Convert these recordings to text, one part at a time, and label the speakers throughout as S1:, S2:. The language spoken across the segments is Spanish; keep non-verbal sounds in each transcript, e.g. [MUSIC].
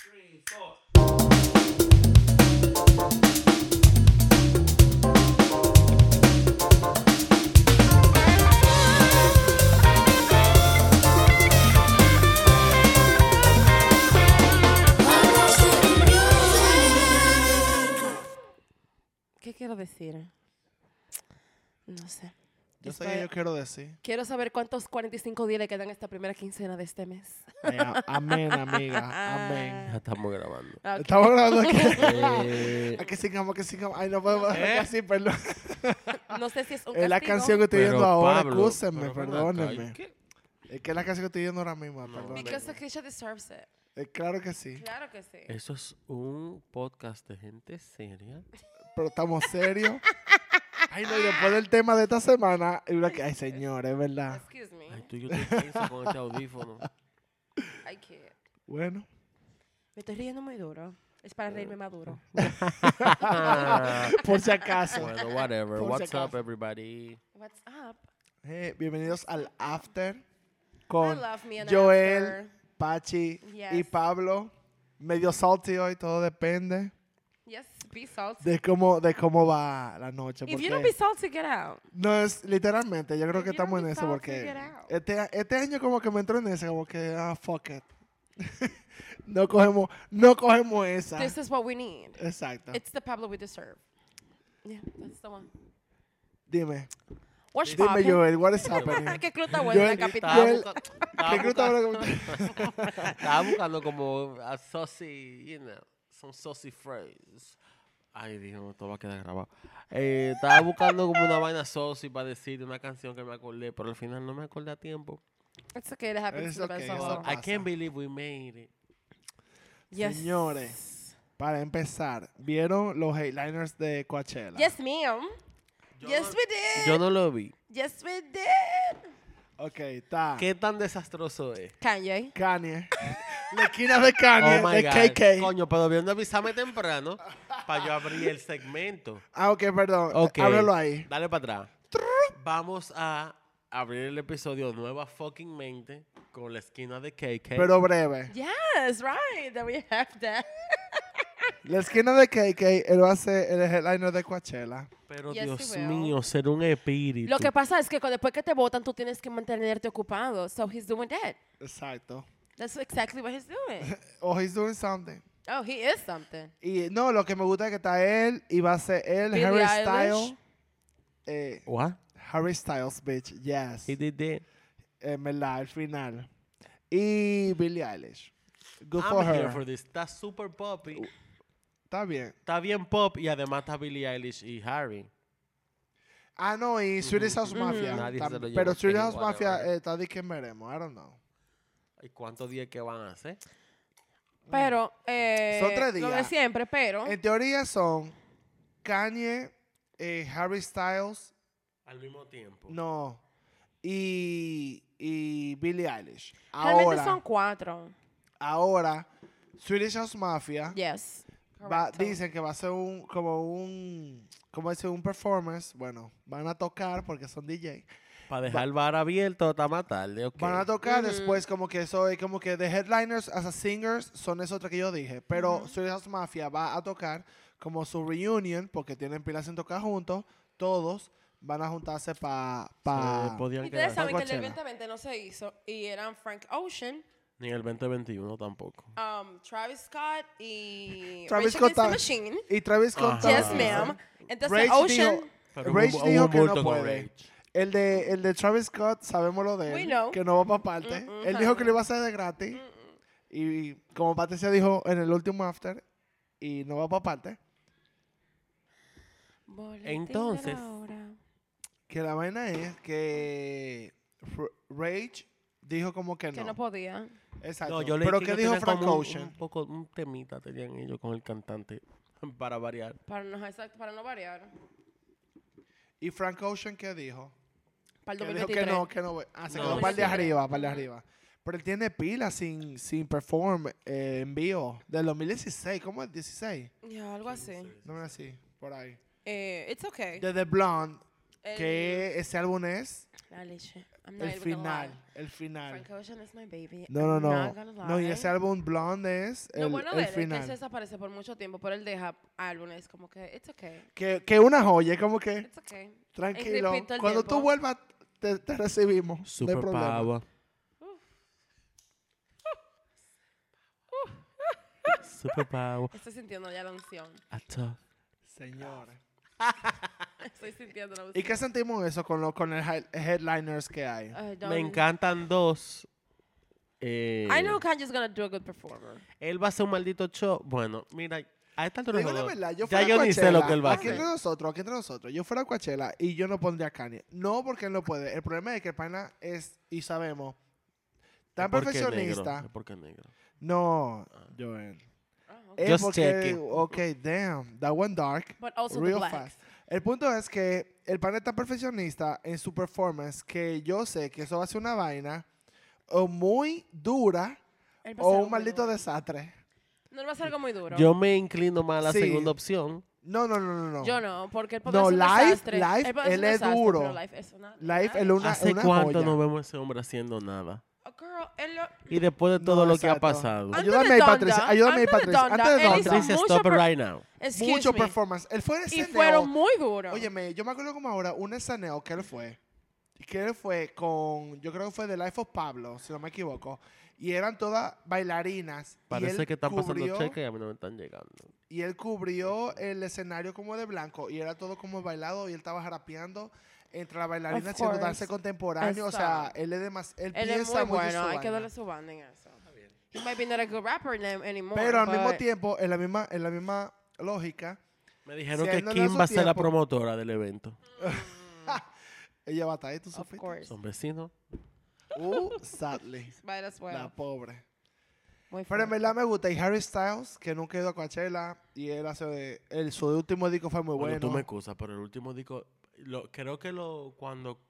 S1: three, four.
S2: ¿Qué quiero decir? No sé.
S3: Yo sé
S2: Estoy-
S3: que yo quiero decir.
S2: Quiero saber cuántos 45 días le quedan a esta primera quincena de este mes.
S3: Eh, a- amén, amiga. Amén.
S4: Ya estamos grabando.
S2: Ah, ok.
S3: Estamos grabando aquí.
S4: Eh,
S3: Aquí sigamos, aquí sigamos. Ay, no podemos hacer así, perdón.
S2: Ah, No sé si es un
S3: Es Eh, la
S2: castigo.
S3: canción que estoy
S4: Pero,
S3: viendo ahora,
S4: Pablo,
S3: escúsenme,
S4: pero ven acá, ¿y
S3: perdónenme.
S4: qué?
S3: Es que es la canción que estoy viendo ahora mismo,
S2: Because
S3: perdónenme.
S2: Akeisha deserves it.
S3: Eh, Claro que sí.
S2: Claro que sí.
S4: Eso es un podcast de gente seria.
S3: pero estamos
S2: [LAUGHS]
S3: serios. Ay, no, y después del tema de esta semana, y una que, ay, señor, es verdad.
S2: Excuse me.
S4: Ay, tú, yo te pienso con este
S3: [LAUGHS]
S4: audífono.
S2: I can't.
S3: Bueno, [LAUGHS]
S2: Me estoy riendo muy duro. Es para reírme más duro.
S4: Ah,
S3: por si acaso.
S4: bueno, whatever.
S3: Por si
S4: What's up,
S3: acaso.
S4: everybody?
S2: What's up?
S3: Eh, bienvenidos al After con
S2: I love me an
S3: Joel,
S2: after.
S3: Pachi y
S2: Yes.
S3: Pablo. Medio salty hoy, todo depende
S2: Yes, be salty.
S3: de cómo, de cómo va la noche.
S2: If you don't be
S3: porque-
S2: salty, get out.
S3: No, es literalmente, yo creo
S2: If
S3: que
S2: you don't
S3: estamos en
S2: be
S3: eso
S2: salty,
S3: porque
S2: get out.
S3: este, a- este año como que me entró en ese, como que, ah, fuck it. [LAUGHS] no cogemos, no cogemos esa.
S2: This is what we need.
S3: Exacto.
S2: It's the Pablo we deserve. Yeah, that's the one.
S3: Dime,
S2: What's
S3: dime
S2: poppin'?
S3: Joel, what is
S2: [LAUGHS]
S3: happening?
S2: ¿Qué club está bueno en la
S3: Joel,
S2: capital?
S3: Joel, [LAUGHS]
S4: busca-
S3: ¿Qué
S4: busca-
S3: grupo habla con-
S4: Estaba buscando como a saucy, you know, some saucy phrase. Ay, Dios, esto va a quedar grabado. Eh, estaba buscando como una vaina saucy para decir una canción que me acordé, pero al final no me acordé a tiempo.
S2: It's okay, it happens
S3: It's
S2: to the best
S3: okay,
S2: of
S3: it's
S2: all.
S3: okay.
S4: I
S3: Pasa.
S4: can't believe we made it.
S2: Yes.
S3: Señores. Para empezar, ¿vieron los headliners de Coachella?
S2: Yes, ma'am. Yes, we did.
S4: Yo no lo vi.
S2: Yes, we did.
S3: Ok, está
S4: ¿Qué tan desastroso es?
S2: Kanye.
S3: Kanye, [LAUGHS] la esquina de Kanye,
S4: oh my
S3: de
S4: God.
S3: KK.
S4: Coño, pero viendo avisarme temprano para yo abrir el segmento.
S3: Ah, ok, perdón,
S4: Ok.
S3: háblalo ahí.
S4: Dale para atrás. Vamos a abrir el episodio nueva fucking mente con la esquina de KK.
S3: Pero breve.
S2: Yes, right. That we have that.
S3: La esquina de KK, él va a ser el headliner de Coachella.
S4: Pero
S2: Yes,
S4: Dios
S2: he will.
S4: mío, ser un espíritu.
S2: Lo que pasa es que cu- después que te votan, tú tienes que mantenerte ocupado. So he's doing that.
S3: Exacto.
S2: That's exactly what he's
S3: [LAUGHS]
S2: doing.
S3: O he's doing something.
S2: Oh, he is something.
S3: Y no, lo que me gusta es que está él y va a ser él,
S2: Billie
S3: Harry
S2: Eilish.
S3: Styles. Eh,
S4: What?
S3: Harry Styles, bitch, yes.
S4: He did that.
S3: En verdad, al final. Y Billie Eilish. Good
S4: I'm
S3: for
S4: here
S3: her.
S4: for this. Está super poppy.
S3: Está bien.
S4: Está bien pop y además está Billie Eilish y Harry.
S3: Ah, no, y Swedish House Mafia.
S4: Nadie
S3: tam-
S4: se lo llevó,
S3: pero Swedish
S4: Kenny
S3: House Mafia
S4: Whatever.
S3: eh, está de que veremos. I don't know.
S4: ¿Y cuántos días que van a hacer?
S3: Mm.
S2: Pero, eh,
S3: Son tres
S2: Lo de
S3: días.
S2: siempre, pero.
S3: En teoría son Kanye, eh, Harry Styles,
S4: Al mismo tiempo.
S3: no, y, y Billie Eilish.
S2: Realmente
S3: Ahora,
S2: son cuatro.
S3: ahora, Swedish House Mafia
S2: Yes.
S3: va-
S2: correcto.
S3: dicen que va a ser un, como un, como decir, un performance. Bueno, van a tocar porque son DJ.
S4: Para dejar el bar abierto hasta más tarde. ok. Eh,
S3: Van a tocar después como que soy como que de headliners as a singers son esos tres que yo dije, pero Swedish House Mafia va a tocar como su reunion porque tienen pilas en tocar juntos, todos van a juntarse para
S4: Eh,
S3: pa,
S4: podían
S2: Y ustedes
S4: quedar.
S2: saben que el del
S3: Coachella.
S2: 2020 no se hizo y eran Frank Ocean,
S4: Ni el 2021 tampoco.
S2: um, Travis Scott y
S3: Travis
S2: Rage Against
S3: Scott ta-
S2: the Machine.
S3: y Travis Scott.
S4: Ajá.
S2: Yes,
S3: también.
S2: ma'am. Entonces
S3: Rage
S2: Ocean,
S3: dijo-
S4: Pero
S3: Rage
S4: hubo-
S3: dijo
S4: hubo
S3: que no
S4: bulto con
S3: puede.
S4: Rage.
S3: El de, el de Travis Scott, sabemos lo de
S2: We
S3: él,
S2: know. Mm,
S3: que no va para parte.
S2: Mm-mm,
S3: él dijo que
S2: honey.
S3: lo iba a hacer de
S2: Mm,
S3: gratis. Y como Patricia dijo en el último after, y no va para parte,
S2: Boletín
S4: Entonces-
S2: de la hora.
S3: que la vaina es que R- Rage dijo como que no.
S2: que no podía.
S3: Exacto.
S4: No, yo leí
S3: Pero
S4: que
S3: ¿qué
S4: ellos
S3: dijo
S4: tenían
S3: Frank
S4: como un-
S3: Ocean?
S4: Un, poco, un temita tenían ellos con el cantante, [LAUGHS] para variar.
S2: Para no, exacto, para no variar.
S3: ¿Y Frank Ocean qué dijo?
S2: Para el
S3: Que dijo que
S2: 2023.
S3: no, que no. voy. Ah, se
S4: No,
S3: quedó para el de
S2: 2023.
S3: arriba, para el de arriba. Pero él tiene pila sin, sin perform eh, en vivo. Del 2016, ¿cómo es? 16.
S2: Ya, algo así.
S3: No era así, por ahí.
S2: Eh, it's okay.
S3: De The Blonde,
S2: el-
S3: que ese álbum es
S2: La leche. I'm not
S3: el
S2: even gonna lie.
S3: final. El final.
S2: Frank Ocean is my baby.
S3: No, no,
S2: I'm
S3: no.
S2: not gonna
S3: No, y
S2: lie.
S3: ese álbum Blonde es
S2: Lo
S3: el,
S2: bueno
S3: el
S2: de él es que él se
S3: final.
S2: desaparece por mucho tiempo, pero él deja álbumes como que, it's okay,
S3: Que, que una joya, como que
S2: it's okay.
S3: tranquilo.
S2: repito el
S3: Cuando tú
S2: tiempo.
S3: vuelvas, te, te recibimos. no hay
S4: Super
S3: problema.
S4: Power. Super Power.
S2: Estoy sintiendo ya la unción.
S4: A tough.
S3: Señores.
S2: Estoy sintiendo la
S3: ¿Y
S2: unción.
S3: qué sentimos eso con, lo, con el hi- headliners que hay?
S2: Ay,
S4: Me
S2: don't-
S4: encantan dos. Eh,
S2: I know Kanye's gonna do a good performer.
S4: Él va a hacer un maldito show. Bueno, mira, a esta altura
S3: Digo
S4: no
S3: la
S4: lo-
S3: verdad,
S4: ya
S3: yo fuera
S4: yo
S3: a
S4: ni sé lo
S3: Coachella,
S4: que él va a
S3: Aquí
S4: hacer.
S3: entre nosotros, aquí entre nosotros. Yo fuera a Coachella y yo no pondría a Kanye. No, porque él no puede. El problema es que el pana es, y sabemos, tan
S4: ¿Por qué
S3: perfeccionista.
S4: negro? ¿Por qué negro?
S3: No, Joel.
S2: Ah, ok.
S3: Es
S4: Just
S3: porque,
S4: checking.
S3: ok, damn, that went dark.
S2: But also the
S3: Real
S2: black.
S3: fast. El punto es que el pan es tan perfeccionista en su performance que yo sé que eso va a ser una vaina o muy dura
S2: Él pues va a
S3: o
S2: ser
S3: un
S2: muy
S3: maldito
S2: duro.
S3: desastre.
S2: No, él va a ser algo muy duro.
S4: Yo me inclino más a la
S3: Sí.
S4: segunda opción.
S3: No, no, no, no, no.
S2: Yo no, porque él puede
S3: No,
S2: ser un
S3: Life-
S2: desastre.
S3: Life,
S2: puede ser
S3: él
S2: un
S3: es
S2: desastre,
S3: duro.
S2: pero Life es una-
S3: Life, el
S2: Nice.
S3: una-
S4: ¿Hace
S3: una
S4: cuánto
S3: joya.
S4: no vemos a ese hombre haciendo nada?
S2: Oh, girl, él lo-
S4: Y después de todo
S3: No,
S4: lo que ha
S3: exacto.
S4: pasado.
S3: Ay,
S2: Antes
S3: Ayúdame
S2: de
S3: ahí,
S2: Donda,
S3: Patricia, ayúdame ahí,
S2: antes de
S3: Patricia,
S2: Donda,
S3: antes de
S2: él
S3: Donda.
S2: hizo
S4: Patricia,
S2: mucho
S4: stop
S2: per-
S4: right now.
S2: Excuse
S3: Mucho
S2: me.
S3: performance. Él fue en
S2: Y
S3: esceneo.
S2: fueron muy duros.
S3: Óyeme, yo me acuerdo como ahora un esceneo que él fue. Que él fue con, yo creo que fue The Life of Pablo, si no me equivoco. Y eran todas bailarinas. y
S4: Parece
S3: él
S4: que están
S3: cubrió-
S4: pasando cheques y a mí no me están llegando.
S3: Y él cubrió el escenario como de blanco y era todo como bailado y él estaba jarapeando entre la bailarina
S2: Of
S3: haciendo
S2: course.
S3: dance contemporáneo. O sea, él es demasiado. Él,
S2: Él
S3: piensa
S2: es muy
S3: mucho en su
S2: bueno, hay que
S3: vaina.
S2: darle su banda en eso. He might be not a good rapper na- anymore.
S3: Pero al mismo
S2: but-
S3: tiempo, en la misma, en la misma lógica,
S4: Me dijeron
S3: Si
S4: que
S3: él no le da
S4: Kim
S3: su
S4: va a ser la
S3: tiempo.
S4: promotora del evento.
S3: ella va a estar ahí, tú
S2: Of
S3: supiste.
S2: course.
S4: Son vecinos.
S3: Uh, sadly.
S2: Might as well.
S3: La pobre.
S2: Muy
S3: Pero en
S2: fuerte.
S3: verdad me gusta. Y Harry Styles, que nunca ha ido a Coachella. Y él hace. de- el, su último disco fue muy
S4: Bueno,
S3: bueno.
S4: tú me excusas, pero el último disco, lo- creo que lo cuando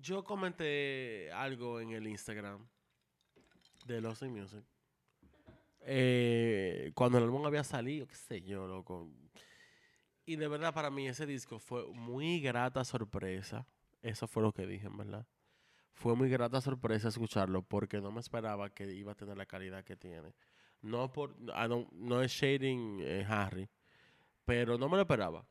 S4: yo comenté algo en el Instagram de Los Music. eh, cuando el álbum había salido, qué sé yo, loco. Y de verdad para mí ese disco fue muy grata sorpresa. Eso fue lo que dije, en verdad. Fue muy grata sorpresa escucharlo porque no me esperaba que iba a tener la calidad que tiene. No por I don't- no es shading eh, Harry, pero no me lo esperaba.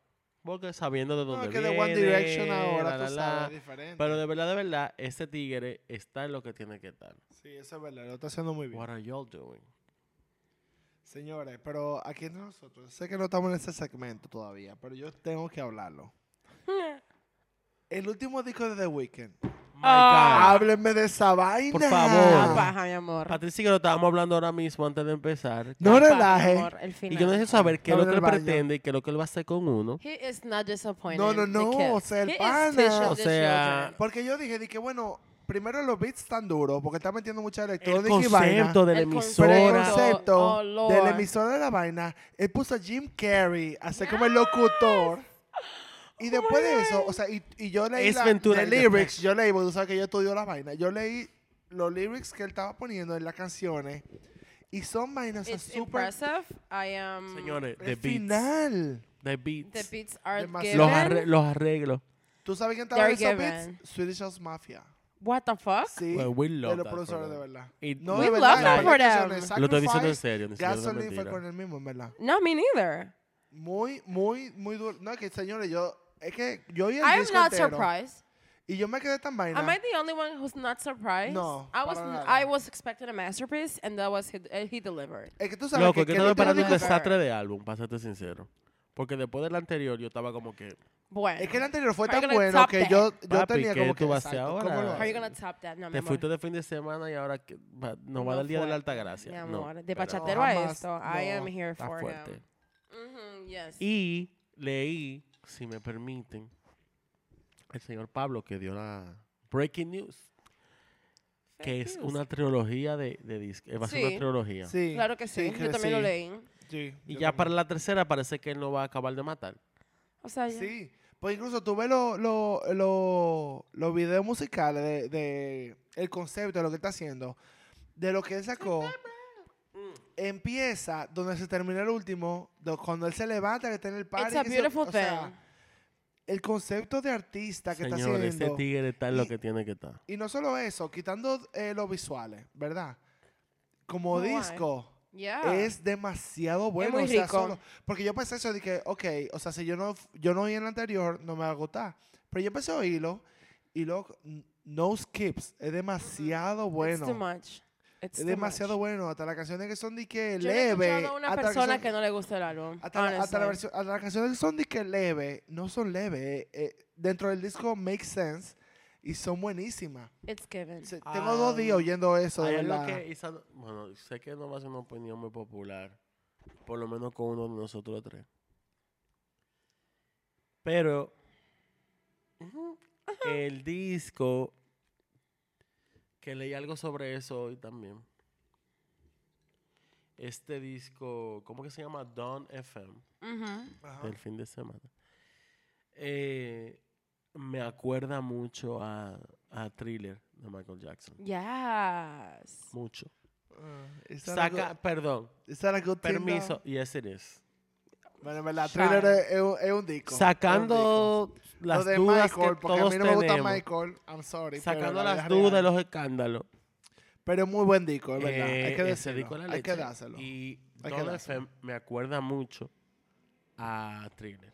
S4: Porque sabiendo de
S3: No,
S4: dónde
S3: es que de
S4: viene,
S3: One Direction
S4: la,
S3: ahora,
S4: la,
S3: tú
S4: la.
S3: sabes, es diferente.
S4: Pero de verdad, de verdad, este tigre está en lo que tiene que estar.
S3: sí, eso es verdad. Lo está haciendo muy bien.
S4: What are y'all doing?
S3: Señores, pero aquí entre nosotros, sé que no estamos en ese segmento todavía, pero yo tengo que hablarlo.
S4: [LAUGHS]
S3: El último disco de The Weeknd.
S4: My
S2: Ah.
S4: God.
S3: Háblenme de esa vaina.
S4: Por favor.
S2: La paja, mi amor.
S4: Patricia, que lo estábamos hablando ahora mismo antes de empezar.
S3: No
S2: La paja, mi
S3: relaje.
S2: amor, el
S4: Y
S2: final.
S4: yo necesito saber qué es lo
S3: Dame
S4: que él
S3: el baño.
S4: pretende y qué es lo que él va a hacer con uno.
S2: He is not disappointed.
S3: No, no, no,
S2: The kid.
S3: o sea, el
S2: He is
S3: pana.
S2: teaching
S4: O
S2: the
S4: sea,
S2: children.
S3: Porque yo dije, dije, bueno, primero los beats están duros, porque está metiendo mucha
S4: El
S3: electrónica y vaina.
S4: concepto de la
S2: El
S3: Pero el
S2: Ahora-
S4: emisora.
S3: concepto
S2: Oh, Lord.
S3: de la emisora de la vaina, él puso a Jim Carrey a ser como el locutor. Y
S2: Oh
S3: después de eso, o sea, y, y yo leí
S4: Es
S3: la,
S4: Ventura
S3: the
S4: en
S3: lyrics, yo leí, porque tú sabes que yo estudio la vaina, yo leí los lyrics que él estaba poniendo en las canciones y son vainas o sea,
S2: It's
S3: súper...
S2: impressive. I am...
S4: pues, Señores, the
S3: El
S4: beats.
S3: Mm, final.
S4: The
S2: The
S4: beats.
S2: beats are
S3: Demasiado.
S2: given.
S4: Los, arre- los arreglos.
S3: ¿Tú sabes quién estaba en
S2: They're
S3: esos beats?
S2: given.
S3: Swedish House Mafia.
S2: What the fuck?
S3: Sí,
S4: Well, we
S3: de
S4: love
S3: los
S4: that
S3: productores de
S4: for them.
S3: verdad.
S4: It-
S3: no,
S4: We
S3: de
S4: love
S3: verdad.
S4: that
S3: las
S2: for
S3: canciones,
S4: Lo estoy diciendo en
S3: Sacrifice,
S4: serio. ni siquiera es una
S3: Gasoline fue
S4: mentira.
S3: con el mismo, en verdad.
S2: No, me neither.
S3: Muy, muy, muy duro. No, que señores, yo. Es que yo oí el
S2: I am
S3: disco
S2: not
S3: entero
S2: surprised.
S3: Y yo me quedé tan vaina.
S2: Am I the only one who's not surprised?
S3: No,
S2: I was.
S3: para nada.
S2: I was expecting a masterpiece, and that was he, uh, he delivered.
S3: es que tú sabes
S4: Loco,
S3: que,
S4: que,
S3: que
S4: estaba
S3: no te lo
S4: esperando un
S3: digo-
S2: digas-
S4: desastre de álbum, para serte sincero. Porque después del anterior yo estaba como que...
S2: Bueno.
S3: Es que el anterior fue
S2: How you
S3: tan
S2: gonna
S3: bueno
S2: top
S3: que
S2: that?
S3: yo, yo
S4: Papi,
S3: tenía
S4: ¿qué
S3: como que.
S4: tú vas a hacer
S3: exacto,
S4: ahora?
S3: ¿cómo
S2: How
S3: lo
S2: are you
S3: haces?
S2: gonna top that? No, mi
S4: Te
S2: amor.
S4: fuiste de fin de semana y ahora que va- nos va
S2: No
S4: a dar el día de la
S2: fue.
S4: alta
S2: Mi
S4: gracia. No,
S2: amor, de
S4: pero
S2: bachatero a
S3: jamás,
S2: esto. I am
S3: no,
S2: here
S4: está
S2: for
S4: fuerte.
S2: him. Mhm, yes.
S4: Y leí, si me permiten, el señor Pablo que dio la breaking news, que
S2: Thank
S4: es
S2: you.
S4: una trilogía de, de discos. Va a ser
S2: Sí.
S4: una trilogía.
S3: Sí.
S2: Claro que sí. yo
S3: que
S2: también lo
S3: sí.
S2: leí.
S3: Sí,
S4: Y
S3: yo
S4: ya para
S3: también.
S4: la tercera parece que él no va a acabar de matar.
S2: O sea, ya.
S3: Sí. Pues incluso tú ves lo- lo- lo- los videos musicales de, de el concepto de lo que está haciendo, de lo que él sacó. Mm. empieza donde se termina el último, do- cuando él se levanta, que está en el party.
S2: a
S3: que se-
S2: beautiful
S3: o sea,
S2: thing.
S3: el concepto de artista que está
S4: Señores, ese
S3: haciendo.
S4: tigre está en lo
S3: Y-
S4: que tiene que estar.
S3: Y no solo eso, quitando eh, los visuales, ¿verdad? Como
S2: Guay.
S3: disco,
S2: Yeah.
S3: es demasiado bueno.
S2: muy
S3: o sea,
S2: rico.
S3: solo- porque yo pensé eso, dije, ok, o sea, si yo no, yo no oí el anterior, no me va a gustar. Pero yo empecé a oírlo y luego, n- no skips, es demasiado
S2: It's too
S3: bueno.
S2: much. It's
S3: Es
S2: too much.
S3: demasiado bueno, hasta las canciones que son de que
S2: Yo no he
S3: leve.
S2: escuchado a una
S3: hasta las
S2: persona
S3: canciones-
S2: que no le gusta el álbum.
S3: hasta, la- hasta la
S2: honestly.
S3: versión, hasta las canciones que son de que leve, no son leve. eh, eh, dentro del disco Make Sense y son buenísimas.
S2: It's Kevin.
S3: Se-
S4: Ah,
S3: tengo dos días oyendo eso, de
S4: Hay algo
S3: verdad.
S4: que Isa no- bueno, sé que no va a ser una opinión muy popular, por lo menos con uno de nosotros tres. Pero el disco, que leí algo sobre eso hoy también. Este disco, ¿cómo que se llama? Dawn FM,
S2: Ujú.
S3: Ajá.
S4: del fin de semana. Eh, me acuerda mucho a, a Thriller de Michael Jackson.
S2: Yes.
S4: Mucho.
S3: Ah, is that a
S4: Saca, perdón,
S3: good- is that a good thing,
S4: Permiso. Yes, it is.
S3: though? Bueno, en verdad,
S2: Shut
S3: Thriller
S2: up.
S3: es, es un, es un disco. es un disco.
S4: Sacando
S3: Lo
S4: las
S3: de
S4: dudas
S3: Michael,
S4: que
S3: porque a
S4: todos
S3: mí no me gusta
S4: tenemos.
S3: Michael, I'm sorry. pero
S4: sacando
S3: la vida
S4: las
S3: real.
S4: dudas, los escándalos.
S3: Pero es muy buen disco, es verdad.
S4: Eh,
S3: hay que
S4: ese
S3: decirlo.
S4: disco de la
S3: hay que
S4: leche.
S3: dárselo.
S4: Y
S3: Hay que
S4: Don
S3: dárselo.
S4: FM me acuerda mucho a Thriller.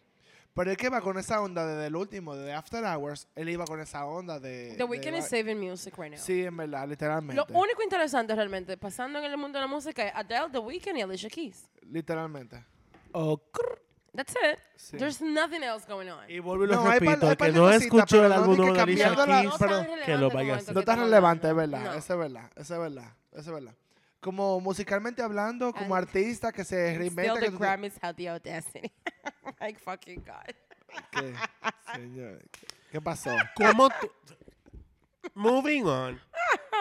S3: Pero es que va con esa onda desde el último, desde After Hours, él iba con esa onda de...
S2: The
S3: Eh, de-
S2: Weeknd is saving music right now.
S3: Sí, en verdad, literalmente.
S2: Lo único interesante realmente, pasando en el mundo de la música, es Adele, The Weeknd y Alicia Keys.
S3: Literalmente.
S2: That's it.
S3: Sí.
S2: Theys nothing else going on.
S4: Y vuelvo y lo
S3: No, hay par-
S4: repito,
S3: hay
S4: el
S3: par
S4: que
S3: de
S4: no
S3: cositas,
S4: escuchó
S3: pero
S4: el
S3: no
S4: álbum
S3: dije
S4: nuevo de
S3: que
S4: Alicia
S3: cambiando la-
S4: Keys,
S3: pero-
S2: tan
S3: que
S2: relevante
S4: lo
S2: en el
S4: vaya a
S2: momento
S4: hacer.
S2: que
S3: No tan
S2: estamos
S3: relevante, es
S2: hablando.
S3: verdad,
S2: No.
S3: es verdad, es verdad, es verdad. Como musicalmente hablando, como
S2: And
S3: artista que se
S2: Still
S3: reinventa.
S2: the
S3: Que tú-
S2: Grammys had the audacity. [LAUGHS] like fucking God. [LAUGHS]
S3: ¿Qué? Señor, ¿qué pasó?
S4: ¿Cómo tú? Moving on.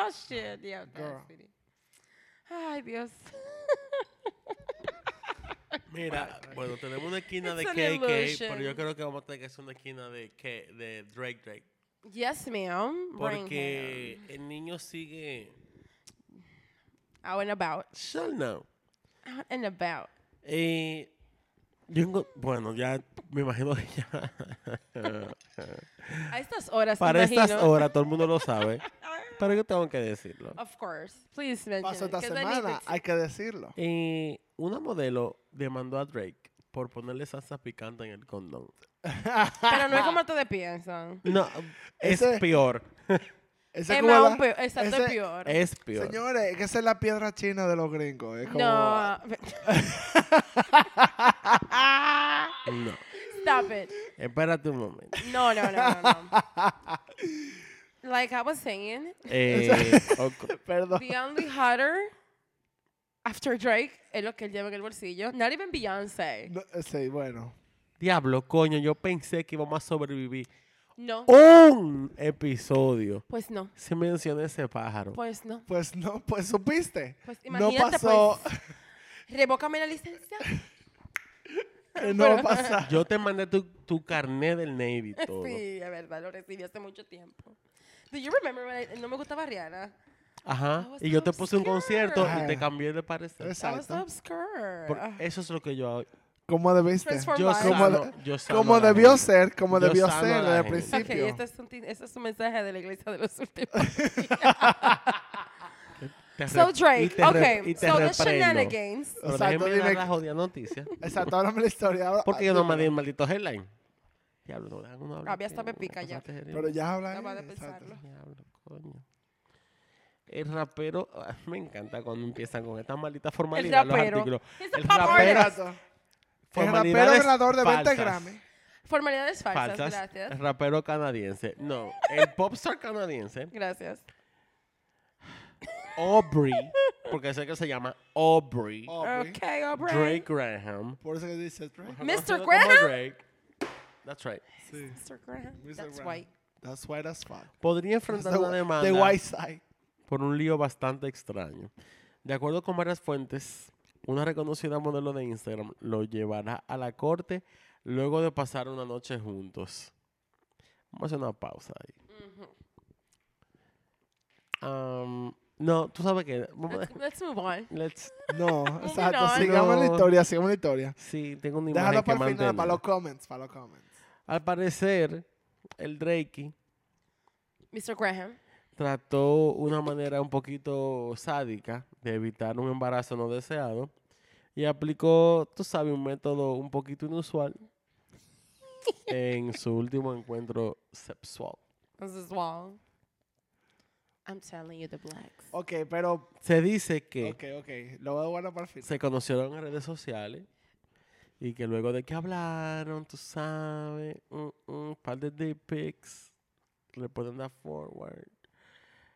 S2: Oh shit, the audacity. Ay, Dios. [LAUGHS]
S4: Mira, bueno, tenemos una esquina de
S2: Ah, It's an
S4: KK,
S2: illusion.
S4: pero yo creo que vamos a tener que hacer una esquina de, K- de Drake Drake.
S2: Yes, ma'am. Bring him.
S4: Porque el niño sigue...
S2: Out and about.
S4: Shall no.
S2: Out and about.
S4: Eh, yo enco- bueno, ya me imagino que ya. [LAUGHS]
S2: A estas horas,
S4: Para
S2: me
S4: estas
S2: imagino.
S4: horas todo el mundo lo
S2: [LAUGHS]
S4: sabe, pero yo tengo que decirlo.
S2: Of course. Please mention
S3: Pasó
S2: it,
S3: esta
S2: 'cause I need
S3: semana,
S2: it.
S3: hay que decirlo.
S4: Eh, una modelo demandó a Drake por ponerle salsa picante en el condón.
S2: Pero no es como te piensan.
S4: No, es
S3: Ese-
S4: peor.
S3: Ese
S2: Es
S3: como
S2: más
S3: la-
S2: un peor. Exacto, es
S3: ese-
S2: peor.
S4: Es peor.
S3: Señores, es que esa es la piedra china de los gringos. Es como,
S2: No.
S4: No.
S2: Stop it.
S4: Espérate un momento.
S3: [LAUGHS]
S2: No, no, no, no, no. like I was saying,
S4: Eh, ok.
S3: Perdón.
S2: the only hotter after Drake es lo que él lleva en el bolsillo. Not even Beyoncé.
S3: No, eh, sí, bueno.
S4: Diablo, coño, yo pensé que íbamos a sobrevivir
S2: No.
S4: un episodio
S2: Pues no.
S4: Se menciona ese pájaro.
S2: Pues no.
S3: Pues no, pues
S2: [LAUGHS]
S3: supiste.
S2: Pues
S3: no
S2: imagínate,
S3: pasó,
S2: [LAUGHS] Revócame la licencia.
S3: no pasa.
S4: Yo te mandé tu, tu carnet del Navy y todo.
S2: [LAUGHS] Sí, es verdad, lo recibí hace mucho tiempo. Do you remember when I- no me gustaba Rihanna?
S4: Ajá.
S2: I was
S4: Y yo
S2: so
S4: te puse un concierto y te
S3: scared.
S4: cambié de parecer.
S2: That was so
S3: Exacto.
S2: obscure.
S4: Por- eso es lo que yo hago.
S3: ¿Cómo debiste?
S2: Transform-
S4: Yo
S2: Por
S4: sano,
S3: favor.
S4: yo sano a
S3: Como
S4: la
S3: debió
S4: gente.
S3: ser, como
S4: Yo
S3: debió
S4: sano a
S3: ser
S4: la
S3: desde el
S4: gente.
S2: Ok,
S3: principio.
S2: este es, un, ti- este es un mensaje de la iglesia de los
S4: [LAUGHS]
S2: últimos.
S4: Te
S2: so
S4: rep- y
S2: Drake,
S4: te
S2: okay,
S4: rep- y te
S2: so the
S4: reprendo.
S2: shenanigans.
S4: Pero
S3: Exacto,
S4: déjeme
S3: dime
S4: dar
S3: que-
S4: la jodida noticia.
S3: Exacto, háblame la historia. ahora-
S4: Porque
S3: ah,
S4: yo no me di
S3: dímelo.
S4: el maldito headline. Diablo, no dejan uno hablar.
S2: Rabia hasta
S4: tío,
S2: me pica
S4: una
S2: ya.
S4: cosa terrible.
S3: Pero ya habla.
S2: Acaba de
S3: eh, exacto.
S2: pensarlo.
S4: Diablo, coño. El rapero, ah, me encanta cuando empiezan con esta maldita formalidad los
S2: rapero.
S4: artículos.
S2: He's a pop
S4: rapero,
S2: artist.
S3: Exacto. El rapero
S4: formalidades
S3: ganador de 20
S4: falsas.
S3: Grammy.
S2: Formalidades falsas,
S4: falsas. [LAUGHS]
S2: gracias.
S4: Rapero canadiense. No, el popstar canadiense,
S2: Gracias.
S4: Aubrey, porque sé que se llama Aubrey,
S3: Aubrey.
S2: Ok, Aubrey.
S4: Drake Graham.
S3: Por eso que dices Drake.
S2: Mr.
S4: Como
S2: Graham.
S4: Drake. That's right.
S3: Sí.
S2: Mr. Graham.
S3: Mr.
S2: That's
S3: Graham.
S2: white.
S3: That's white as fuck.
S4: Podría enfrentar
S3: The-
S4: una demanda
S3: The white side.
S4: por un lío bastante extraño. De acuerdo con varias fuentes, una reconocida modelo de Instagram lo llevará a la corte luego de pasar una noche juntos. Vamos a hacer una pausa ahí. Am, No, tú sabes que. vamos
S2: Let's,
S4: a-
S2: let's move on.
S4: Let's,
S2: [LAUGHS]
S3: No, exacto.
S2: on.
S3: Sigamos la
S4: No.
S3: historia, sigamos la historia.
S4: sí, tengo una imagen que
S3: Déjalo para el final,
S4: mantener.
S3: para los comments, para los comments.
S4: Al parecer, el Drakey
S2: Mr. Graham.
S4: trató una manera un poquito sádica de evitar un embarazo no deseado y aplicó, tú sabes, un método un poquito inusual en su último encuentro sexual.
S2: This is wall. I'm telling you the blacks.
S4: Oh.
S3: Ok, pero.
S4: Se dice que
S3: Ok, ok. Lo voy a guardar para el final.
S4: se conocieron en redes sociales y que luego de que hablaron, tú sabes, un par de dick pics, le pueden dar forward.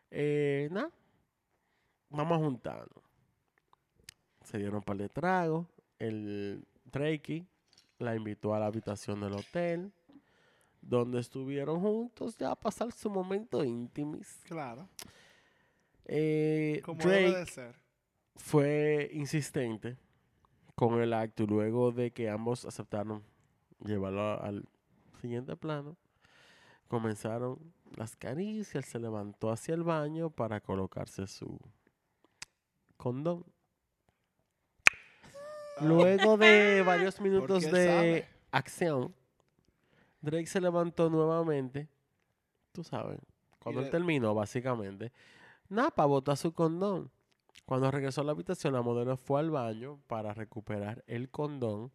S4: Eh, nada, vamos a juntarnos. Se dieron un par de tragos. El Drakey la invitó a la habitación del hotel, donde estuvieron juntos ya a pasar su momento íntimis.
S3: Claro.
S4: Eh,
S3: Como
S4: Drake
S3: debe de ser.
S4: fue insistente con el acto y luego de que ambos aceptaron llevarlo a- al siguiente plano, comenzaron las caricias, él se levantó hacia el baño para colocarse su condón.
S3: Ah.
S4: Luego de
S3: [LAUGHS]
S4: varios minutos
S3: qué
S4: de
S3: sabe?
S4: acción, Drake se levantó nuevamente, tú sabes, cuando él
S3: le-
S4: terminó básicamente, Napa botó su condón. Cuando regresó a la habitación, la modelo fue al baño para recuperar el condón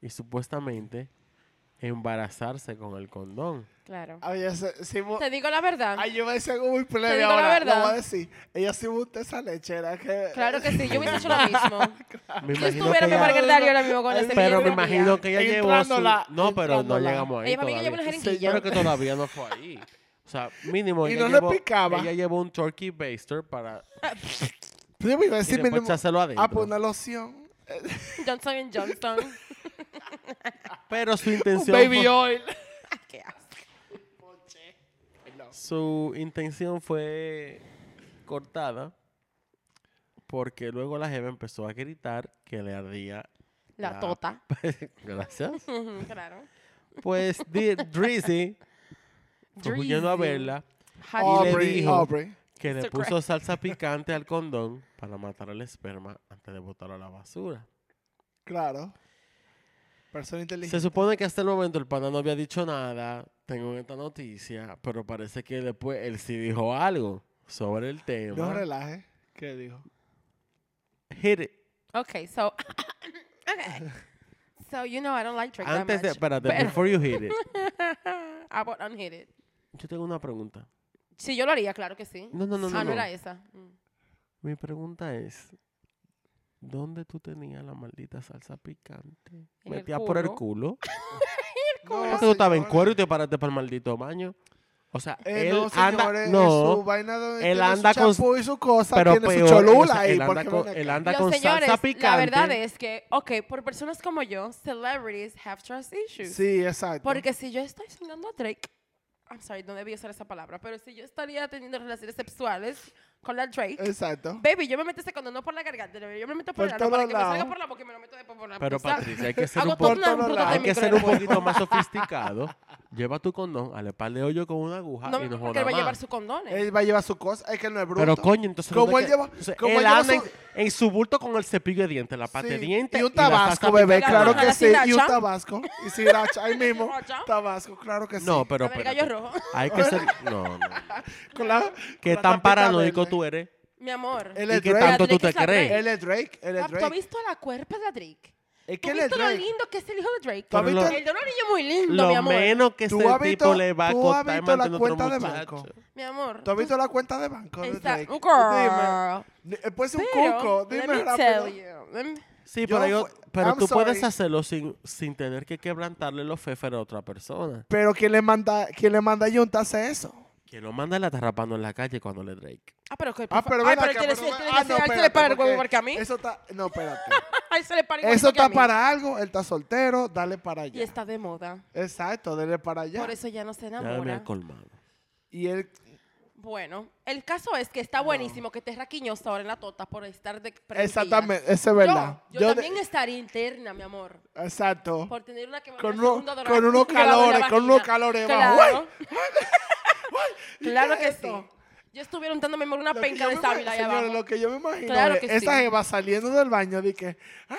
S4: y supuestamente embarazarse con el
S3: [LAUGHS]
S4: condón.
S2: Claro.
S3: Ah, ya sé, sí, bu-
S2: Te digo la verdad.
S3: Ay, yo voy a decir algo muy plebe
S2: digo la
S3: ahora. Lo
S2: verdad.
S3: voy a decir. Ella sí busca esa lechera. Que, eh,
S2: Claro que sí, yo hubiese
S4: [LAUGHS]
S2: hecho lo mismo.
S4: Me
S2: Yo
S4: imagino
S2: estuviera
S4: que
S2: mi
S4: ella-
S2: Margaritario ahora mismo con
S3: Ay,
S2: ese
S4: pero me
S2: video.
S4: imagino que ella llevó su...
S3: Entrándola,
S4: No, pero no
S3: entrándola.
S4: llegamos ahí
S2: Ella me dijo que llevó
S4: todavía.
S2: una jeringuilla.
S4: Pero que todavía no fue ahí. O sea, mínimo
S3: [LAUGHS] Y
S4: ella,
S3: no le
S4: llevó,
S3: picaba.
S4: ella llevó un turkey baster
S3: [LAUGHS]
S4: para
S3: Yo me iba a
S4: y
S3: decir
S4: después
S3: mínimo.
S4: echárselo adentro.
S3: Ah, pues una loción.
S2: Johnson and Johnson.
S4: [LAUGHS] Pero su
S3: [LAUGHS] Un
S4: intención
S3: baby
S4: fue-
S3: oil.
S2: Ay, qué asco.
S4: Su intención fue cortada porque luego la jefa empezó a gritar que le ardía.
S2: La
S4: la-
S2: tota.
S3: [LAUGHS]
S4: Gracias.
S2: Ujú, claro.
S4: Pues di- Drizzy fue huyendo a
S2: Drizzy.
S4: verla
S2: Hot
S4: Oh,
S2: shit.
S4: le
S3: Aubrey,
S4: dijo-
S3: Aubrey.
S4: que le
S2: Mr.
S4: puso salsa picante al condón para matar el esperma antes de botarlo a la basura.
S3: Claro. Persona
S4: Se
S3: inteligente.
S4: supone que hasta el momento el pana no había dicho nada, tengo esta noticia, pero parece que después él sí dijo algo sobre el tema.
S3: No relaje. ¿Qué dijo?
S4: Hit it.
S2: Okay, so [COUGHS] okay. So you know I don't like Drake
S4: Antes
S2: that
S4: de,
S2: much.
S4: espérate,
S2: pero-
S4: before you hit it.
S2: [LAUGHS] I would unhit it.
S4: Yo tengo una pregunta.
S2: Sí, yo lo haría, claro que sí.
S4: No, no, no, no,
S2: ah, no,
S4: no.
S2: era esa. Mm.
S4: Mi pregunta es, ¿dónde tú tenías la maldita salsa picante?
S2: el
S4: ¿Metías por el
S2: culo.
S4: culo?
S3: Ah, ¿Cómo
S4: ¿Por qué tú estabas en cuero y te paraste para el maldito baño? O sea,
S3: Eh,
S4: él
S3: no,
S4: anda...
S3: señores, su
S4: No,
S3: vaina de,
S4: él
S3: tiene
S4: anda
S3: su
S4: con-
S3: champú y su cosa,
S4: pero
S3: tiene
S4: peor,
S3: su
S4: o
S3: cholula
S4: sea,
S3: ahí.
S4: él anda
S3: porque
S4: con,
S3: ven
S4: él
S3: acá.
S4: anda
S2: Los
S4: con
S2: señores,
S4: salsa picante.
S2: la verdad es que, ok, por personas como yo, celebrities have trust issues.
S3: Sí, exacto.
S2: Porque si yo estoy soñando a Drake, I'm sorry, no debía usar esa palabra, pero si yo estaría teniendo relaciones sexuales con la Drake,
S3: Exacto.
S2: baby, yo me meto ese condón no por la garganta, yo me meto por,
S3: Por
S2: el ano para
S3: todos
S2: que me salga
S3: lados.
S2: por la boca y me lo meto después por la
S4: Pero
S2: o sea,
S4: Patricia, hay que ser
S2: hago
S4: un,
S2: todo
S4: po-
S3: por
S2: una
S3: todos
S2: ruta de
S3: lados.
S4: hay que
S2: micro
S4: ser un
S2: aeropuerto.
S4: poquito más sofisticado. Lleva tu condón al par de hoyo con una aguja
S2: No
S4: y
S2: me
S4: no
S2: porque
S4: jodas
S2: él va a llevar
S4: más.
S2: su condón. ¿eh?
S3: Él va a llevar su cosa. Es que él no es bruto.
S4: Pero coño, entonces...
S3: Como
S4: ¿dónde
S3: él
S4: que-
S3: lleva-
S4: entonces,
S3: como
S4: él
S3: él lleva
S4: anda
S3: su-
S4: en, en su bulto con el cepillo de dientes, la parte de
S3: Sí,
S4: dientes...
S3: Y un
S4: la salsa
S3: tabasco, bebé,
S2: picante.
S3: claro
S2: Ajá,
S3: que
S2: la
S3: sí. Y un
S2: sriracha.
S3: tabasco. Y
S2: [LAUGHS]
S3: sriracha, ahí mismo.
S2: Sriracha.
S3: Tabasco, claro que sí.
S4: No, pero
S2: A ver, gallo
S4: espérate.
S2: rojo.
S4: Hay que ser... No, no.
S3: Con la-
S4: Qué
S3: con la
S4: tan
S3: tapita
S4: paranoico
S3: verde.
S4: tú eres.
S2: Mi amor.
S3: Él
S4: Y
S3: es
S4: qué
S3: Drake.
S4: tanto tú
S2: Drake
S4: te
S2: es la
S4: crees.
S2: Drake.
S3: Él es Drake. Él es
S2: Pap, ¿Tú has
S3: Drake.
S2: visto la cuerpa de Drake?
S3: Es
S2: ¿Tú
S3: que
S2: has
S3: él es
S2: visto lo
S3: Drake.
S2: lindo que es el hijo de Drake?
S3: ¿Tú has
S4: Pero
S3: visto?
S4: lo-
S2: El de un niño muy lindo, mi
S4: Lo
S2: amor.
S4: menos que
S3: ¿Tú
S4: ese
S3: has visto-
S4: tipo le va a
S3: tú has
S4: costar es
S3: visto la
S4: mantener otro
S3: cuenta de
S4: muchacho.
S3: banco?
S2: Mi amor.
S3: ¿Tú has visto la cuenta de banco de
S2: Está-
S3: Drake?
S2: un
S3: Dime.
S2: girl.
S3: Ni- eh, Puede ser un
S2: Pero,
S3: cuco.
S2: let
S3: Dime
S2: me
S3: rápido.
S2: tell you, let me-
S4: Sí,
S3: Yo
S4: pero, yo-
S3: fu-
S4: pero
S3: I'm
S4: tú puedes
S3: sorry.
S4: hacerlo sin, sin tener que quebrantarle los feferes a otra persona.
S3: Pero quien le manda, quien le manda yunta hace eso.
S4: Quien lo manda la está rapando en la calle cuando le Drake.
S2: Ah, pero que.
S3: Ah, pero
S2: ay,
S3: ven
S2: pero
S3: acá,
S2: tiene-
S3: pero
S2: tiene
S3: ven- ah,
S2: que
S3: no,
S2: ser- a él se le
S3: espérate,
S2: para el
S3: porque
S2: huevo porque a mí.
S3: Eso está, no, espérate.
S2: A él se le para el huevo
S3: Eso
S2: porque a
S3: está
S2: mí.
S3: para algo, él está soltero, dale para
S2: Y
S3: allá.
S2: está de moda.
S3: Exacto, dale para allá.
S2: Por eso ya no se
S4: Ya me
S2: enamora.
S4: ha colmado.
S3: Y él,
S2: Bueno, el caso es que está buenísimo que estés raquiñosa ahora en la tota por estar de prendida.
S3: exactamente, eso es
S2: Yo-
S3: verdad.
S2: Yo,
S3: de-
S2: también estaría interna, mi amor.
S3: Exacto.
S2: Por tener una que me
S3: Con
S2: da
S3: uno-
S2: segundo dolor
S3: con unos
S2: grado en la
S3: calores, con unos
S2: vagina.
S3: calores, va,
S2: Claro,
S3: ¿Y qué
S2: [LAUGHS] claro
S3: es
S2: que
S3: esto?
S2: sí. Yo estuviera untándome mejor una
S3: Lo que
S2: penca
S3: yo
S2: de
S3: me ima-
S2: sábila allá
S3: señores,
S2: abajo.
S3: lo que yo me imagino
S2: Claro
S3: es
S2: que
S3: esa
S2: sí.
S3: jeva saliendo del baño de que, ay,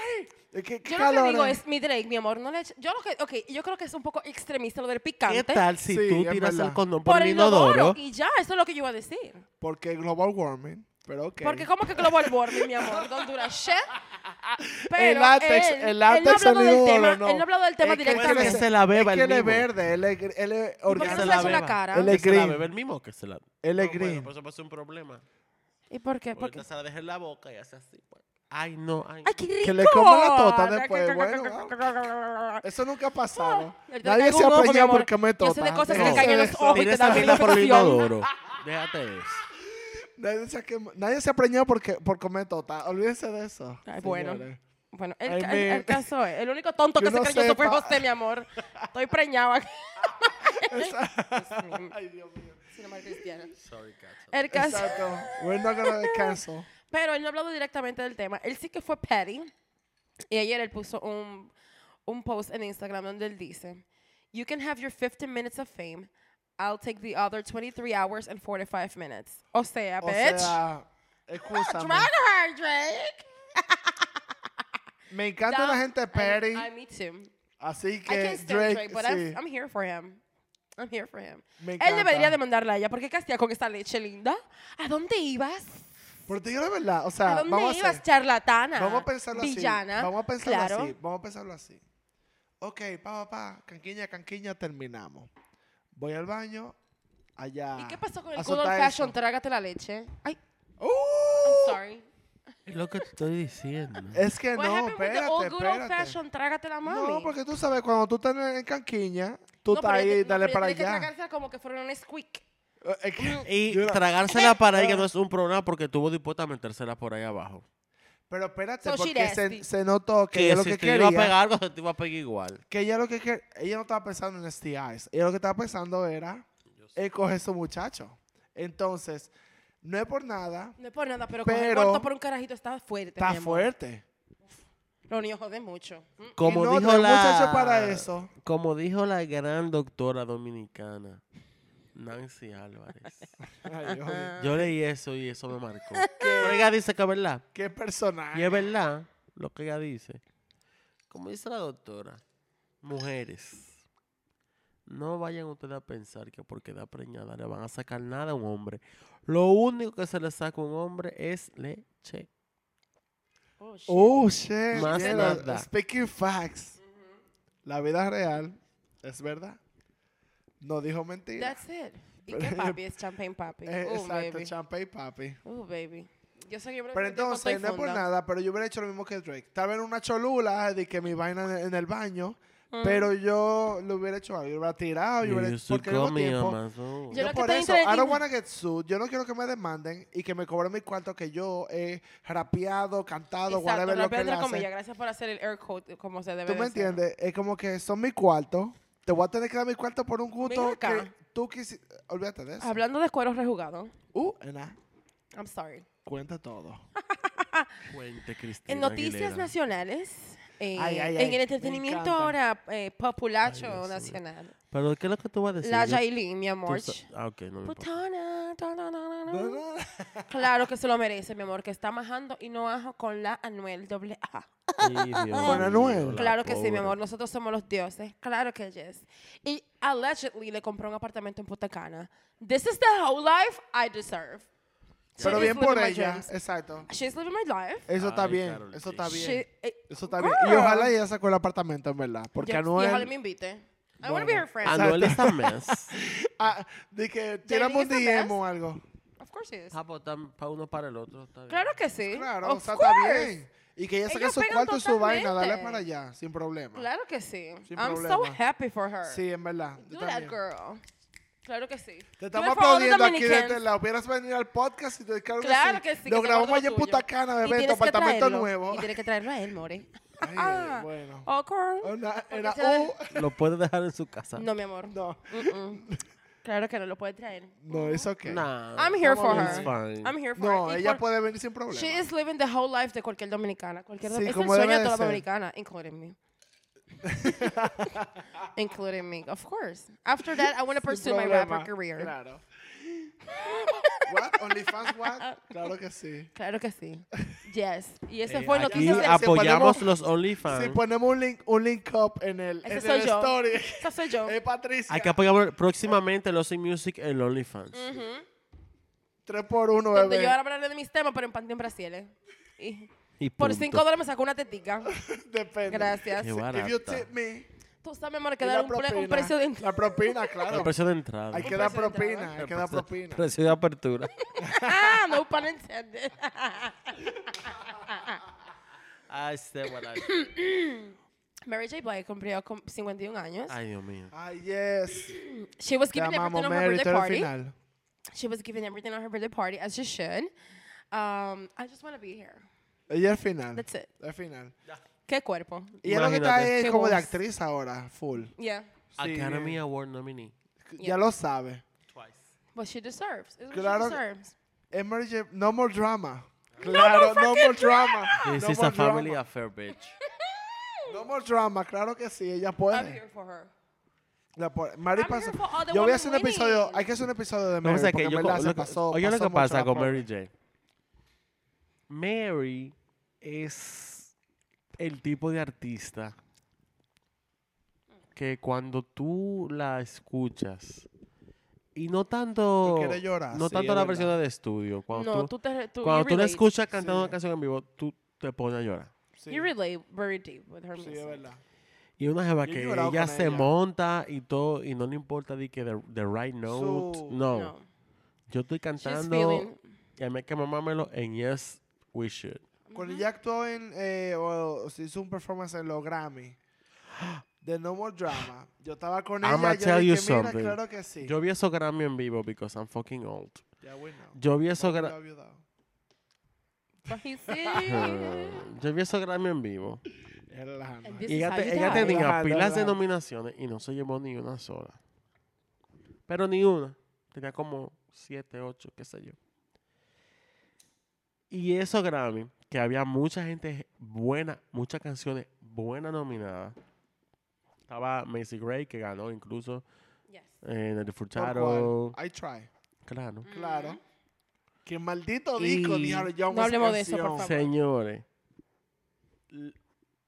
S3: de que
S2: Yo lo
S3: calor
S2: que digo
S3: es".
S2: es, mi Drake, mi amor, no le eche- Yo lo que, ok, yo creo que es un poco extremista lo del picante.
S4: ¿Qué tal si
S3: Sí,
S4: tú
S3: es
S4: tiras
S3: verdad.
S4: el condón por,
S2: Por
S4: el
S2: el
S4: inodoro?
S2: Y ya, eso es lo que yo iba a decir.
S3: Porque global warming, pero ok.
S2: Porque como que global warming, mi amor, don't do that shit. Pero
S3: El látex-
S2: él,
S3: el
S2: él no ha
S3: látex
S2: hablado del
S3: salió,
S2: tema,
S3: no.
S2: él no ha hablado del tema
S3: Es que
S2: directamente.
S4: Que
S3: Ese-
S4: se la
S3: es
S4: beba
S3: que
S4: el
S3: él es
S4: mismo.
S3: verde, él es, gr- él es
S2: ¿Y por qué no se
S4: se
S2: le
S4: la
S2: hace en la
S4: beba.
S2: cara?
S3: Él
S4: Que
S3: es
S4: se la
S3: green.
S4: bebe el mismo que se la...
S3: Él es
S4: No, bueno, pues.
S3: green.
S4: Por eso puede ser un problema.
S2: ¿Y por qué? ¿Por
S4: Porque
S2: qué?
S4: se la deja en la boca y hace así. pues. Ay, no, ay.
S2: ¡Ay, qué rico!
S3: Que le coma la tota después, bueno, Eso nunca ha pasado.
S2: Ah, Ahorita le
S3: Nadie
S2: caigo
S3: se ha
S2: un ojo, mi
S3: preñado
S2: amor.
S3: por comer
S2: Yo
S3: tota.
S2: sé de cosas que
S4: No.
S2: le caen en los ojos y
S4: Tira
S2: te
S4: esa
S2: dan mil
S4: pila por el
S2: infección.
S4: inodoro. Déjate eso.
S3: Nadie se ha, quem- nadie se ha preñado porque, por comer tota. Olvídense de eso.
S2: Ay, bueno.
S3: señores.
S2: Bueno, el,
S3: Ay,
S2: ca-
S3: mi-
S2: el- el caso es, el único tonto
S3: Que
S2: que se
S3: uno
S2: creyó eso fue
S3: sepa.
S2: José, mi amor. Estoy preñada.
S3: [LAUGHS]
S2: [LAUGHS] Dios mío,
S3: Ay, Dios mío.
S2: sin amar cristiana.
S4: Sorry, Cacho.
S2: El caso,
S3: Exacto. We're not gonna cancel.
S2: pero él no ha hablado directamente del tema. Él sí que fue petty. Y ayer él puso un, un post en Instagram donde él dice, You can have your 15 minutes of fame. I'll take the other 23 hours and 45 minutes. O sea,
S3: O
S2: bitch.
S3: sea, excúsame.
S2: Drown her, Drake.
S3: Me encanta la
S2: Down-
S3: gente
S2: I-
S3: petty.
S2: I, me too.
S3: Así
S2: I
S3: que
S2: can't stand Drake,
S3: Drake,
S2: but
S3: sí.
S2: I'm, I'm here for him. I'm here for him.
S3: Me
S2: Él debería
S3: encanta.
S2: demandarla a ella. ¿Por qué castea con esta leche linda? ¿A dónde ibas?
S3: Por ti, la verdad, o
S2: ¿A
S3: sea,
S2: dónde
S3: Ah, vamos a,
S2: ibas,
S3: hacer-
S2: charlatana?
S3: vamos a pensarlo
S2: villana.
S3: así. Vamos a pensarlo
S2: claro.
S3: así. Vamos a pensarlo así. Ok, pa, pa, pa, canquiña, canquiña, terminamos. Voy al baño, allá.
S2: ¿Y qué pasó con el
S3: a
S2: good old
S3: soltar
S2: fashion?
S3: eso.
S2: Trágate la leche. Ay, I'm
S3: ¡Uh!
S2: sorry.
S4: Es lo que te estoy diciendo.
S3: Es que
S2: What
S3: no,
S2: happened with the old
S3: espérate,
S2: good old
S3: espérate.
S2: fashion? Trágate la mami.
S3: No, porque tú sabes, cuando tú estás en canquiña, tú
S2: No,
S3: estás
S2: pero
S3: ahí,
S2: ella- no, pero
S3: dale
S2: ella
S3: para
S2: tiene que
S3: allá.
S2: tragársela como que fuera un squeak.
S3: Eh, es que-
S4: [LAUGHS] Y
S3: yo-
S2: Eh,
S4: tragársela para ahí que no es un problema porque tuvo dispuesta a metérsela por ahí abajo.
S3: pero espérate,
S2: So she
S3: porque se,
S2: nasty.
S3: se notó que
S4: Que
S3: ella lo
S4: si
S3: que
S4: te iba
S3: quería.
S4: a pegar [LAUGHS] algo, se te iba a pegar igual.
S3: que ella lo que quer- ella no estaba pensando en STIs, ella lo que estaba pensando era eh, coger su muchacho. Entonces, no es por nada,
S2: No es por nada, pero, con el
S3: Pero-
S2: corto por un carajito está fuerte. mi
S3: está
S2: amor.
S3: fuerte.
S2: Los niños joden mucho. Mm.
S4: Como
S3: y no,
S4: dijo
S3: trae
S4: la...
S3: muchacho para
S4: [LAUGHS]
S3: eso.
S4: Como dijo la gran doctora dominicana, Nancy [LAUGHS] Álvarez.
S3: Ay, Dios mío.
S4: Yo leí eso y eso me [LAUGHS] marcó. Pero ella dice que es verdad.
S3: Qué personaje.
S4: Y es verdad lo que ella dice. Como dice la doctora, mujeres, no vayan ustedes a pensar que por quedar preñada le van a sacar nada a un hombre. Lo único que se le saca a un hombre es leche.
S2: Oh, shit.
S3: Oh shit.
S4: Más
S3: mierda.
S4: nada.
S3: Speaking facts. La vida real es verdad. No dijo mentira.
S2: That's it. ¿Y qué papi es champagne papi?
S3: [LAUGHS] Eh,
S2: oh,
S3: exacto,
S2: baby.
S3: champagne papi.
S2: oh, baby. Yo sé que yo me
S3: Pero
S2: metí con todo y
S3: entonces, no es por
S2: funda.
S3: nada, pero yo hubiera hecho lo mismo que Drake. Estaba en una cholula de que mi vaina en el, en el baño,
S2: Mm.
S3: pero yo lo hubiera hecho algo. Yo hubiera tirado, yo hubiera
S4: You
S3: hecho.
S4: should
S3: Porque al mismo
S4: come,
S3: tiempo,
S4: Amazon.
S2: Yo
S3: yo
S2: lo que
S3: por
S2: estoy
S3: eso, I
S2: intrigui-
S3: don't wanna get sued. Yo no quiero que me demanden y que me cobren mi cuarto que yo he rapeado, cantado,
S2: Exacto,
S3: whatever
S2: la
S3: lo que
S2: piedra
S3: él
S2: comilla.
S3: hace.
S2: Gracias por hacer el air code como se debe
S3: ¿Tú
S2: de
S3: me
S2: hacer.
S3: entiendes? Es como que son mi cuarto. Te voy a tener que dar mi cuarto por un gusto
S2: acá.
S3: que tú quisiste. Olvídate de eso.
S2: Hablando de cueros rejugados,
S3: Uh, nena,
S2: I'm sorry.
S3: cuenta todo.
S2: Ah.
S3: [LAUGHS]
S4: Fuente Cristina
S2: En noticias
S4: Aguilera.
S2: nacionales, eh,
S3: Ay, ay, ay,
S2: en
S3: me
S2: el entretenimiento
S3: encanta.
S2: ahora eh, populacho
S4: Ay, Dios mío.
S2: nacional,
S4: Pero ¿qué es lo que tú vas a decir?
S2: la
S4: Yo-
S2: Yailin, mi
S4: tú
S2: amor.
S4: sa- Ah, ok, no me importa.
S2: Putana, ta, na, na, na, na. Claro que se lo merece, mi amor, que está majando y no ajo con la Anuel doble A. [LAUGHS]
S4: Ay, Dios mío,
S3: Anuel.
S4: la
S2: Claro que sí, mi
S4: pobre.
S2: amor. Nosotros somos los dioses. Claro que yes. Y allegedly le compró un apartamento en Punta Cana. This is the whole life I deserve. She
S3: Pero
S2: is
S3: bien por
S2: living my
S3: ella.
S2: dreams.
S3: Exacto.
S2: She's living my life.
S3: Eso está
S4: Ay,
S3: bien.
S4: Karol
S3: Eso
S4: G.
S3: está bien.
S2: She- eh,
S3: Eso está bien. Y
S2: Girl.
S3: ojalá ella sacó el apartamento, en verdad. Porque
S2: yo- Y ojalá me
S3: Anuel...
S2: invite. I want to be her friend.
S4: Anuel Ah,
S2: [LAUGHS]
S4: está mes.
S3: Ah, de que tiramos un
S2: Yailin está
S3: DM
S2: mess.
S3: o algo.
S2: Of course she is.
S4: Ah, pues están para uno para el otro. está bien.
S2: Claro que sí.
S3: Claro,
S2: Eh,
S3: o
S2: Of
S3: sea, está
S2: course.
S3: bien. Y que ella saque
S2: Ellos
S3: su
S2: pegan
S3: cuarto y su vaina, dale
S2: totalmente.
S3: para allá, sin problema.
S2: Claro que sí.
S3: Sin
S2: I'm so
S3: problema.
S2: happy for her.
S3: Sí, en verdad. yo
S2: Do that,
S3: también.
S2: girl. Claro que sí.
S3: Te
S2: Do it
S3: estamos
S2: for all the
S3: aplaudiendo aquí
S2: Dominicans.
S3: desde la hubieras venido al podcast y te claro,
S2: Claro que sí. que
S3: Lo
S2: te guardo
S3: grabamos allá
S2: tuyo.
S3: en Punta Cana,
S2: Y
S3: bebé, en tu
S2: tienes que
S3: apartamento
S2: traerlo,
S3: nuevo.
S2: Y tienes que traerlo a él, More.
S3: [LAUGHS] Ay,
S2: Ah,
S3: bueno.
S2: Awkward.
S3: Una-
S2: qué
S3: era-
S2: se la-
S3: oh,
S4: Lo puede dejar en su casa.
S2: No, mi amor.
S3: [LAUGHS] no,
S2: Mm-mm. Claro que no lo puede traer.
S3: no, es ok.
S4: Nah,
S2: I'm here for
S4: it's
S2: her.
S4: fine.
S2: I'm here for
S3: No,
S2: her. Y
S3: ella
S2: por-
S3: puede venir sin problema.
S2: She is living the whole life de cualquier dominicana. Cualquier
S3: Sí,
S2: dom- es el
S3: como
S2: sueño
S3: debe
S2: de
S3: de
S2: toda
S3: ser.
S2: dominicana, including
S3: [LAUGHS]
S2: me. including me, of course. After that, I want to
S3: Sin
S2: pursue my
S3: problema,
S2: rapper career.
S3: Claro. What? OnlyFans what? Claro que sí.
S2: Claro que
S3: [LAUGHS]
S2: sí. Yes. Y esa
S4: Eh,
S2: fue
S4: aquí
S2: noticia.
S3: ap-
S4: apoyamos
S3: ponemos-
S4: los OnlyFans.
S3: Si ponemos un link, un link up en el,
S2: Ese
S3: en
S2: soy
S3: el
S2: yo.
S3: story.
S2: Esa soy yo.
S3: Eh, Patricia.
S4: Hay que apoyar próximamente los in Music en OnlyFans.
S3: 3 por 1
S2: Donde
S3: bebé.
S2: yo ahora hablaré de mis temas, pero en panty en brasiles. Y
S4: Y
S2: por
S4: punto.
S2: 5 dólares me sacó una
S3: [LAUGHS]
S2: tetica.
S3: Depende.
S2: Gracias.
S4: Qué
S3: Si-
S4: barata.
S3: If you tip me.
S2: Tú sabes, amor, que
S3: y
S2: dar
S3: la
S2: un, pre-
S3: propina.
S2: un precio de...
S3: La propina, claro.
S4: El precio de entrada.
S3: Hay que
S2: Un
S3: dar
S2: precio de
S3: propina.
S2: entrada.
S3: Hay que dar propina.
S4: Precio de apertura.
S2: [LAUGHS] ah, no pun intended.
S4: Ay, sé, what I-
S2: Mary J. Blige cumplió con 51 años.
S4: Ay, Dios mío.
S3: Ay, yes.
S2: She was
S3: Te
S2: giving
S3: amamos,
S2: everything on her
S3: Mary.
S2: birthday
S3: Tú eres
S2: party.
S3: final.
S2: She was giving everything on her birthday party, as she should. Um, I just want to be here.
S3: Ella es final.
S2: That's it.
S3: Es final.
S2: Qué cuerpo.
S3: Y ella lo que está
S4: Imagínate.
S3: es
S2: Qué
S3: como de
S2: voz.
S3: actriz ahora, full.
S2: Yeah.
S3: Sí.
S4: Academy Award nominee.
S3: Ya lo sabe.
S4: Twice.
S2: What she deserves. It's what
S3: Claro.
S2: she
S3: [LAUGHS]
S2: deserves.
S3: Es Mary J. No more drama. Claro, no, more drama.
S4: This
S3: Ah, no
S4: is
S3: more
S4: a family
S3: drama.
S4: affair, bitch.
S3: No more drama, claro que sí, ella
S2: I'm
S3: puede.
S2: here for her.
S3: La po- Mary
S2: I'm
S3: pasa.
S2: here for all the
S3: Yo voy a
S2: women
S3: hacer un episodio,
S2: winning.
S3: hay que hacer un episodio de
S4: Lo que
S3: Mary
S4: pasa es
S3: porque
S4: que
S3: en
S4: yo
S3: verdad
S4: co-
S3: se
S4: lo que-
S3: pasó-
S4: oye lo
S3: pasó
S4: que
S3: mucho
S4: pasa
S3: la
S4: con
S3: pobre.
S4: Mary J. Mary es el tipo de artista que cuando tú la escuchas y no tanto
S3: Tú quieres llorar,
S4: no
S3: sí,
S4: tanto
S3: es
S4: la
S3: verdad.
S4: versión de estudio cuando
S2: No, tú
S4: tú,
S2: te... Tú,
S4: cuando
S2: you
S4: tú la
S2: relate.
S4: escuchas cantando
S3: Sí.
S4: una canción en vivo tú te pones a llorar
S3: Sí,
S2: You relate very deep with her
S3: sí,
S2: music.
S3: es verdad.
S4: y una jeva
S3: Yo he
S4: que
S3: llorado
S4: ella
S3: con
S4: se
S3: ella.
S4: monta y todo y no le importa de que the, the right note
S3: Su-
S4: no.
S2: No.
S4: yo estoy
S2: She's
S4: cantando
S2: feeling...
S4: Y a mí hay que mamármelo en Yes, We Should.
S3: Cuando ella actuó en, eh, o se hizo un performance en los Grammy, de No More Drama, yo estaba con ella
S4: I'ma
S3: y yo
S4: tell you
S3: dije, mira,
S4: something.
S3: claro que sí.
S4: Yo vi esos Grammy en vivo because I'm fucking old.
S3: Ya, we know.
S4: Yo vi esos
S3: Fucking
S4: Grammy...
S3: love you, though.
S2: But he's singing.
S4: [LAUGHS] Yo vi esos Grammy en vivo.
S3: Relajando.
S2: And this
S4: Y ella,
S2: is
S4: te-
S2: how you
S4: ella
S2: die.
S4: tenía
S3: Relajando,
S4: pilas de
S3: relajando.
S4: nominaciones y no se llevó ni una sola. Pero ni una. Tenía como siete, ocho, qué sé yo. Y esos Grammy, que había mucha gente buena, muchas canciones buenas nominadas. Estaba Macy Gray, que ganó incluso
S2: Yes.
S4: en el
S3: Por
S4: Furtado.
S3: cual, I try.
S4: eh,
S3: Mm,
S4: Claro.
S3: Claro. Que maldito disco,
S4: Y-
S3: diablo, yo amo
S2: No
S3: esa
S2: hablemos de eso, por
S3: canción.
S2: favor.
S4: Señores, l-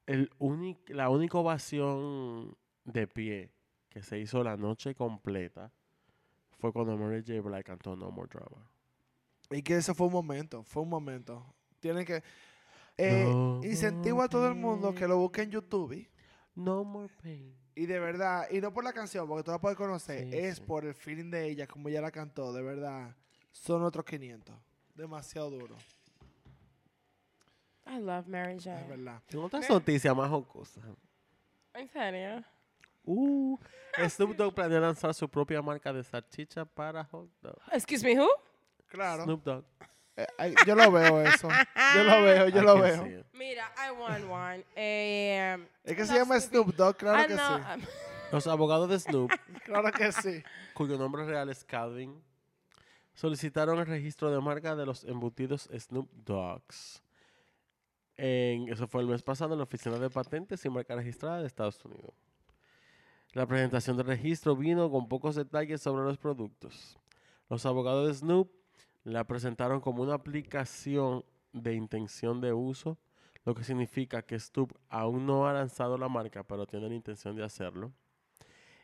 S4: el uni- la única ovación de pie que se hizo la noche completa fue cuando Mary J. Blige cantó No More Drama.
S3: Y que eso fue un momento, fue un momento. Tienen que... Eh,
S4: No
S3: incentivo a todo el mundo que lo busque en YouTube.
S4: No More Pain.
S3: Y de verdad, y no por la canción, porque tú la puedes conocer,
S4: Sí,
S3: es
S4: sí.
S3: por el feeling de ella, como ella la cantó, de verdad. Son otros 500. Demasiado duro,
S2: I love Mary J.
S3: es verdad.
S4: Tengo otras
S2: Ve.
S4: noticias más jocosas.
S2: En serio.
S3: [LAUGHS]
S4: Uh, Snoop Dogg planea lanzar su propia marca de salchicha para hot dog.
S2: Excuse me, who?
S3: Claro.
S4: Snoop Dogg.
S3: Eh, ay, yo lo veo eso. Yo lo veo, Pues yo
S4: I
S3: lo
S4: can
S3: veo.
S4: see it.
S2: Mira, I want one. Eh, um,
S3: Es que se
S2: no,
S3: llama Snoop Dogg,
S2: I
S3: claro que
S2: know,
S3: sí.
S2: um,
S4: Los abogados de Snoop
S3: Claro que sí.
S4: cuyo nombre real es Calvin, solicitaron el registro de marca de los embutidos Snoop Dogs. En- eso fue el mes pasado en la Oficina de Patentes y Marca Registrada de Estados Unidos. La presentación del registro vino con pocos detalles sobre los productos. Los abogados de Snoop la presentaron como una aplicación de intención de uso, lo que significa que Snoop aún no ha lanzado la marca, pero tiene la intención de hacerlo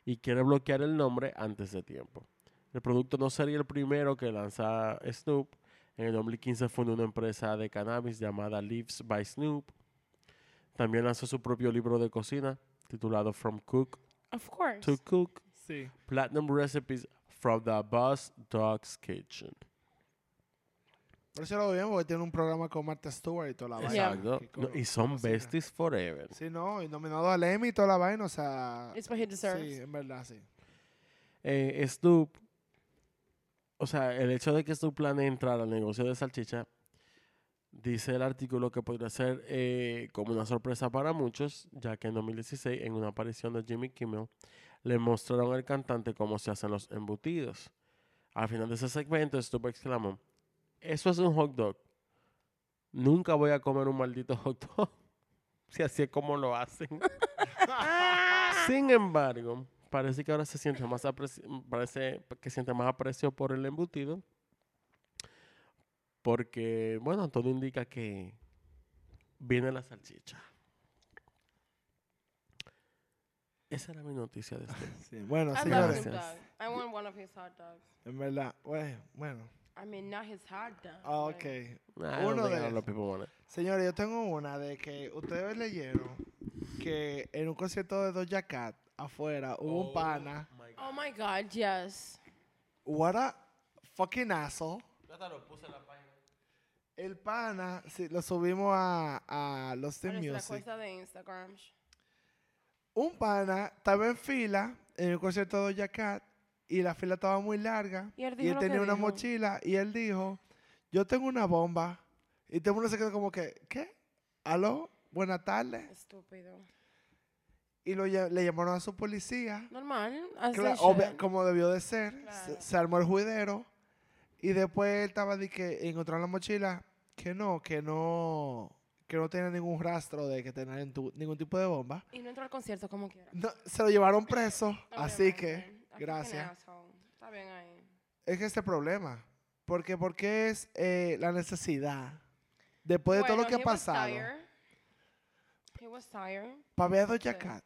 S4: y quiere bloquear el nombre antes de tiempo. El producto no sería el primero que lanza Snoop. En el 2015 fundó una empresa de cannabis llamada Leaves by Snoop. También lanzó su propio libro de cocina titulado From Cook
S2: of course.
S4: to Cook,
S3: Sí.
S4: Platinum Recipes from the Boss Dog's Kitchen.
S3: Por eso lo veo bien, porque tiene un programa con Martha Stewart y toda la vaina.
S2: Yeah.
S4: Exacto.
S3: Que co-
S4: No, y son
S3: cocina.
S4: besties forever.
S3: Sí, no, y nominado al Emmy y toda la vaina, o sea...
S2: It's what he deserves.
S3: Sí, en verdad, sí.
S4: eh, Snoop, o sea, el hecho de que Snoop planee entrar al negocio de salchicha, dice el artículo que podría ser eh, como una sorpresa para muchos, ya que en 2016, en una aparición de Jimmy Kimmel, le mostraron al cantante cómo se hacen los embutidos. Al final de ese segmento, Snoop exclamó, eso es un hot dog. Nunca voy a comer un maldito hot [LAUGHS] dog. Si así es como lo hacen. Sin embargo, parece que ahora se siente más aprecio, parece que siente más aprecio por el embutido. Porque, bueno, todo indica que viene la salchicha. Esa era mi noticia de
S3: [LAUGHS]
S4: este.
S3: Sí, bueno,
S2: I love
S3: señores.
S2: Snoop
S4: Gracias.
S2: Dogg. I want one of his hot dogs.
S3: En verdad, bueno. bueno.
S2: I mean, not his hot dog.
S3: Ah,
S2: but-
S3: ok.
S4: I don't
S3: Uno
S4: think
S3: de
S4: I
S3: esos.
S4: know people want it.
S3: Señores, yo tengo una de que ustedes leyeron que en un concierto de Doja Cat afuera hubo un pana.
S2: Oh my God, yes.
S3: What a fucking asshole.
S4: Ya te lo puse en la página.
S3: El pana, sí, lo subimos a, a Lost in
S2: Ahora es la
S3: Music.
S2: cuenta de Instagram.
S3: Un pana estaba en fila en el concierto de Doja Cat y la fila estaba muy larga.
S2: Y él dijo lo que
S3: tenía una
S2: dijo.
S3: mochila y él dijo, yo tengo una bomba. Y todo el mundo se quedó como que, ¿qué? ¿Aló? Buenas tardes.
S2: Estúpido.
S3: Y lo, lla- le llamaron a su policía.
S2: Normal. as they
S3: Cla- obvia-
S2: should.
S3: como debió de ser.
S2: Claro.
S3: Se, se armó el juidero. Y después él estaba de que encontraron la mochila. Que no, que no, que no tenía ningún rastro de que tenía ningún- ningún tipo de bomba.
S2: Y no entró al concierto como quiera.
S3: No, se lo llevaron
S2: [LAUGHS]
S3: preso. así
S2: Obviamente.
S3: que,
S2: A fucking
S3: gracias.
S2: asshole. Está bien ahí.
S3: Es que este problema. Porque, porque es eh, la necesidad. Después de todo lo
S2: Bueno,
S3: que ha
S2: he was
S3: pasado.
S2: tired. He was tired.
S3: Para ver a Doja
S2: Sí.
S3: Cat.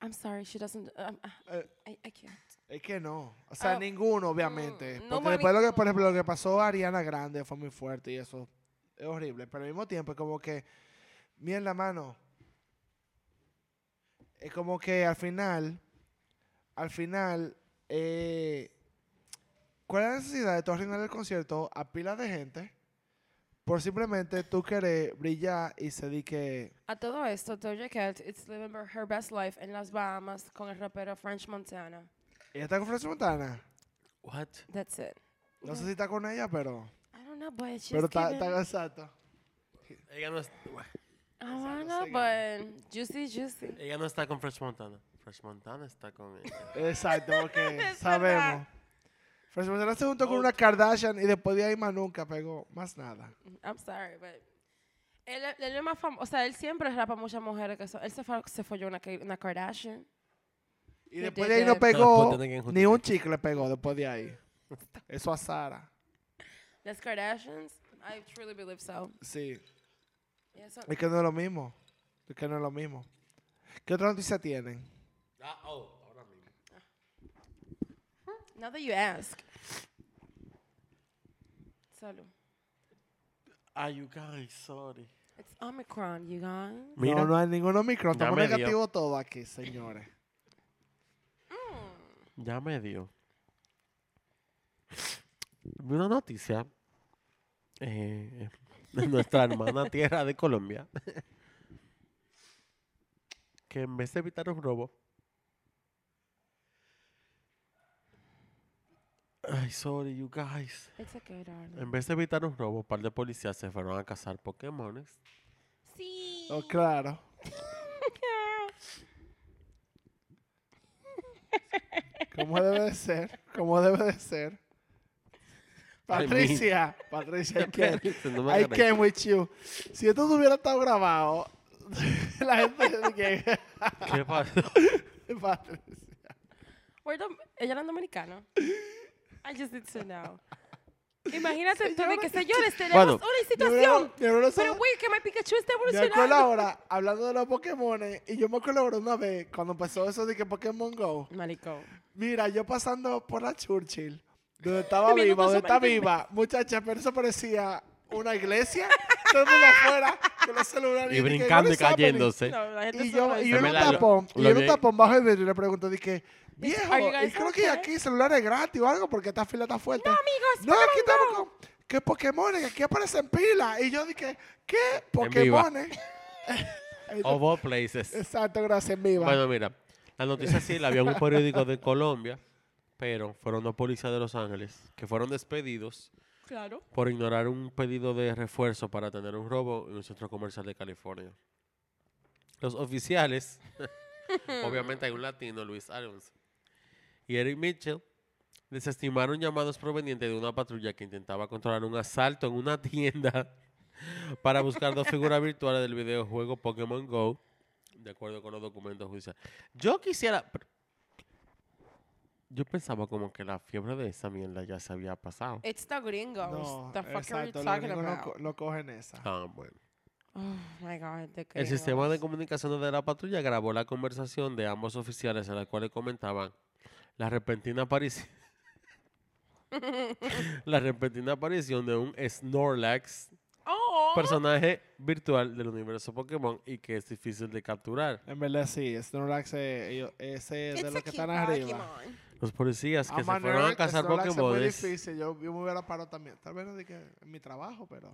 S2: I'm sorry, she doesn't. um, uh,
S3: Eh,
S2: I, I can't.
S3: Es que no. O sea,
S2: Ah,
S3: ninguno, obviamente.
S2: mm,
S3: porque
S2: nobody-
S3: después, de lo que, por ejemplo, lo que pasó a Ariana Grande fue muy fuerte y eso es horrible. Pero al mismo tiempo es como que, en la mano. Es como que al final, al final, eh, ¿cuál es la necesidad de tú arruinar el concierto a pila de gente por simplemente tú querer brillar y se di que...
S2: A todo esto, Doja Cat is living her- her best life en las Bahamas con el rapero French Montana.
S3: Ella está con French Montana.
S4: What?
S2: That's it.
S3: No sé si está con ella, pero...
S2: I don't know, but she's
S3: Pero
S2: giving-
S3: está, está exacto.
S4: Ella no, es- bueno,
S2: I don't know,
S3: Exacto,
S2: but juicy, juicy.
S4: ella no está con Fresh Montana. Fresh Montana está con ella.
S3: Exacto, [LAUGHS] porque
S2: Es
S3: sabemos.
S2: verdad.
S3: Fresh Montana se juntó con
S4: Oh.
S3: una Kardashian y después de ahí más nunca pegó más nada.
S2: I'm sorry, but él, él es más famoso. O sea, él siempre rapa muchas mujeres que son. Él se, fa- se folló una, Ki- una Kardashian.
S3: Y
S2: He
S3: después
S2: did
S3: de ahí no
S2: that.
S3: pegó,
S4: Después tiene que justificar.
S3: ni un chicle pegó después de [LAUGHS] ahí. Eso a Sara.
S2: Las Kardashians, I truly believe so.
S3: Sí,
S2: Y eso-
S3: es que no es lo mismo. Es que no es lo mismo. ¿Qué otra noticia tienen?
S4: ah, oh, ahora mismo.
S2: Now that you ask. Salud.
S4: Ah, you guys, sorry.
S2: It's Omicron, you guys.
S3: No, no hay ningún Omicron.
S4: Ya
S3: Estamos
S4: me dio.
S3: negativo todo aquí, señores.
S4: Ya me dio. Vi una noticia eh, de
S3: [LAUGHS]
S4: nuestra hermana tierra de Colombia que en vez de evitar un robo, ay, sorry, you guys.
S2: It's okay, darling.
S4: En vez de evitar un robo, un par de policías se fueron a cazar Pokémones
S2: Sí.
S3: Oh, claro. Como debe de ser. Como debe
S4: [LAUGHS]
S3: de ser.
S4: Ay, mi-
S3: Patricia.
S4: [LAUGHS]
S3: Patricia, ¿qué?
S4: No me
S3: I
S4: agarré.
S3: came with you. Si esto hubiera estado grabado, [LAUGHS] la gente de que [LAUGHS]
S4: ¿Qué pasó?
S3: Patricia.
S2: We're dom- ella era [LAUGHS] dominicana. I just need to [LAUGHS] know. Imagínate tú de que, señores, tenemos
S4: Bueno.
S2: una
S3: Yo creo-
S2: situación.
S3: yo creo que
S2: Pero,
S3: eso-
S2: güey, que mi Pikachu está
S3: me acuerdo
S2: evolucionando.
S3: ahora, hablando de los Pokémon, y yo me acuerdo ahora una vez, cuando empezó eso de que Pokémon Go,
S2: Maricón.
S3: mira, yo pasando por la Churchill, donde estaba
S2: Viendo
S3: viva,
S2: con
S3: donde
S2: su
S3: está
S2: marido.
S3: viva, muchacha, pero eso parecía una iglesia, todo el mundo afuera, con los celulares.
S4: Y
S3: de que,
S4: brincando
S3: "What
S4: y
S3: is happening?"
S4: cayéndose.
S2: No, la gente
S3: Y
S2: se
S3: yo,
S2: va a
S3: y yo en un
S4: Pamela, lo-
S3: tapón, y
S4: lo
S3: yo en un
S4: vi-
S3: tapón bajo el vidrio y le pregunto, dije, viejo,
S2: Are you
S3: y
S2: guys
S3: creo que
S2: okay?
S3: aquí celulares gratis o algo porque esta fila está fuerte. No,
S2: amigos,
S3: no, aquí
S2: Pokémon
S3: estamos con, que Pokémon, que aquí aparecen pilas. Y yo dije, ¿qué?
S4: [LAUGHS]
S3: Pokémon. [LAUGHS]
S4: Of all places.
S3: Exacto, gracias, en viva.
S4: Oh, Bueno, mira, la noticia sí la había en un periódico de Colombia, pero fueron dos policías de Los Ángeles que fueron despedidos
S2: Claro.
S4: por ignorar un pedido de refuerzo para tener un robo en un centro comercial de California. Los oficiales, [LAUGHS] obviamente hay un latino, Luis Arons, y Eric Mitchell, desestimaron llamados provenientes de una patrulla que intentaba controlar un asalto en [LAUGHS] una tienda para buscar dos figuras virtuales del videojuego Pokémon Go De acuerdo con los documentos judiciales. Yo quisiera. pero- Yo pensaba como que la fiebre de esa mierda ya se había pasado.
S2: It's the gringos.
S3: No,
S2: the fuck are you
S3: exacto, los
S2: talking
S3: gringos no, co-
S2: about?
S3: lo cogen esa.
S4: Ah, bueno.
S2: Oh my god, the
S4: El sistema de
S2: gringos.
S4: comunicaciones de la patrulla grabó la conversación de ambos oficiales en la cual comentaban la repentina aparición. [LAUGHS] la repentina aparición de un Snorlax,
S2: Oh,
S4: personaje virtual del universo Pokémon y que es difícil de capturar.
S3: En verdad sí, Snorlax eh, ellos- ese
S2: it's
S3: de
S2: a
S3: los que
S2: cute
S3: están arriba.
S2: Pokemon.
S4: Los policías que
S3: I'm a
S4: se fueron a
S3: nerd,
S4: cazar
S3: Snorlax es muy
S4: Pokémon
S3: difícil, yo, yo me hubiera parado también. Tal vez no de que en mi trabajo, pero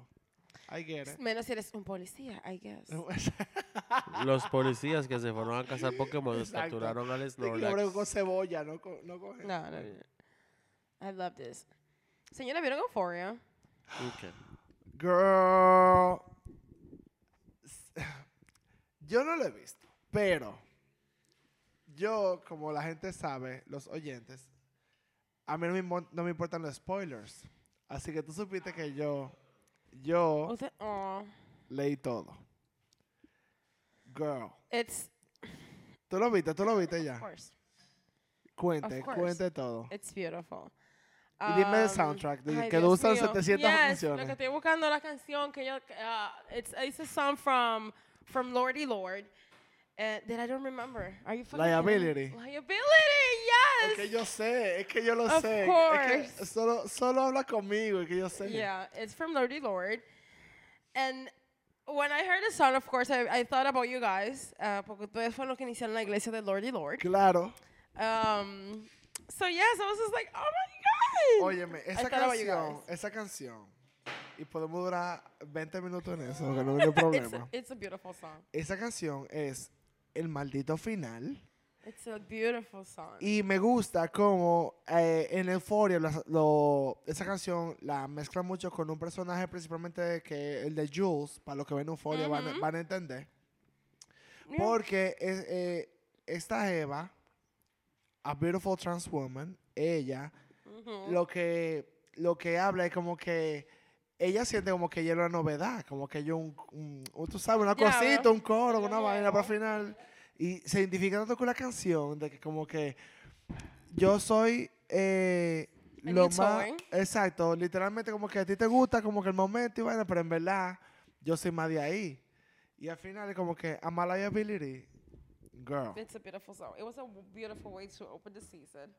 S3: I get it.
S2: Menos si eres un policía, I guess.
S4: [LAUGHS]
S3: [LAUGHS]
S4: Los policías que se fueron a cazar Pokémon
S3: Exacto.
S4: capturaron al
S3: Yo creo que con
S4: Snorlax.
S3: cebolla, no con... No con
S2: No, no, no. I love this. Señora, ¿vieron Euphoria?
S4: Ok.
S3: Girl. S- [SIGHS] Yo no lo he visto, pero yo, como la gente sabe, los oyentes, a mí no me, impo- no me importan los spoilers. Así que tú supiste que yo, yo
S2: Usted- aw.
S3: leí todo. Girl,
S2: It's,
S3: Ah. tú lo viste, tú lo viste
S2: of
S3: ya.
S2: course,
S3: Cuente,
S2: Of course.
S3: cuente todo.
S2: it's beautiful.
S3: Y dime el
S2: Um,
S3: soundtrack, de-
S2: ay,
S3: que
S2: Dios
S3: usan
S2: mío.
S3: 700
S2: Yes, Lo
S3: canciones.
S2: que estoy buscando la canción que yo. Uh, it's, it's a song from, from Lordy Lord. Uh, that I don't remember. Are you fucking kidding me?
S3: Liability.
S2: Liability, yes.
S3: Es que yo sé, es que yo lo
S2: Of
S3: sé. Es que
S2: course.
S3: solo, solo habla conmigo, es que yo sé.
S2: Yeah, it's from Lordy Lord. And when I heard the song, of course, I, I thought about you guys, uh, porque ustedes fueron los que iniciaron la iglesia de Lordy Lord.
S3: Claro.
S2: Um, so, yes, I was just like, oh my God.
S3: Óyeme,
S2: I
S3: esa
S2: thought about you
S3: canción,
S2: guys.
S3: esa canción, y podemos durar 20 minutos en eso, porque no hay ningún
S2: It's a,
S3: problema.
S2: it's a beautiful song.
S3: Esa canción es el maldito final.
S2: It's a beautiful song.
S3: Y me gusta como en Euphoria lo- lo- esa canción la mezcla mucho con un personaje principalmente que el de Jules, para los que ven Euphoria van, a-
S2: Ujú.
S3: van a entender.
S2: Yeah.
S3: Porque es, eh, esta Eva, a beautiful trans woman, ella
S2: Mhm.
S3: lo que lo que habla es como que ella siente como que ella era una novedad, como que yo un, un- un- tú sabes, una
S2: Ya,
S3: cosita,
S2: ¿verdad?
S3: un coro,
S2: Algo
S3: una vaina para
S2: nuevo.
S3: final y se identifica tanto con la canción de que como que yo soy eh,
S2: And
S3: lo
S2: you
S3: más
S2: toy.
S3: exacto, literalmente como que a ti te gusta como que el momento y vaina, pero en verdad yo soy más de ahí. Y al final es como que I'm a liability girl.
S2: It's a beautiful song. It was a w- beautiful way to open the season.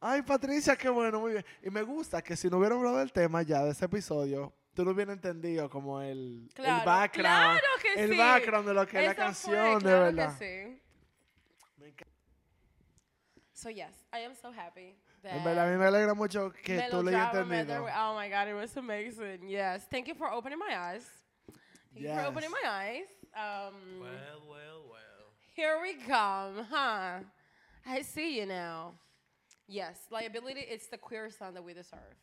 S3: Ay, Patricia, qué bueno, muy bien. Y me gusta que si no hubiera hablado del tema ya de ese episodio, tú no hubieras entendido como el, el
S2: Claro,
S3: background.
S2: claro que
S3: el
S2: sí.
S3: background de lo que es la
S2: Esa fue,
S3: canción, de
S2: claro que
S3: verdad.
S2: sí. So, yes, I am so happy that.
S3: En verdad, a mí me alegra mucho que tú lo hayas
S2: Melodrama,
S3: entendido.
S2: melodrama. Oh my God, it was amazing. Yes. Thank you for opening my eyes. Thank you for opening
S3: Yes.
S2: my eyes. Um, Here we come, huh? I see you now. Yes, liability it's the queer song that we deserve.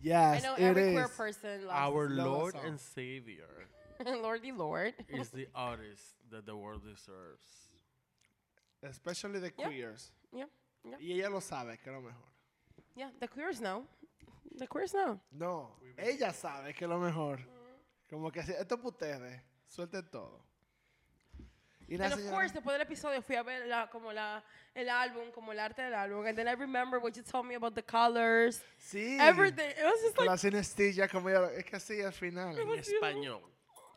S3: Yes,
S2: I know
S3: it
S2: every queer
S3: is.
S2: person
S4: Our
S2: loves
S3: Love
S4: Lord
S3: song.
S4: and Savior
S2: this- [LAUGHS] Lordy Lord.
S4: is the artist that the world deserves.
S3: Especially the
S2: Yeah.
S3: queers.
S2: Yeah, yeah.
S3: Y ella lo sabe, que es lo mejor.
S2: Yeah, the queers know. The queers know.
S3: No, ella sabe que es lo mejor.
S2: Mm.
S3: Como que así, esto es para ustedes. Suelten todo. Y la
S2: And of
S3: señora-
S2: course, después del episodio fui a ver la, como la, el álbum, como el arte del álbum. And then I remember what you told me about the colors,
S3: sí.
S2: everything. It was just
S3: Con
S2: like,
S3: la sinestilla, como ella lo- Es que sí, al final.
S4: En español.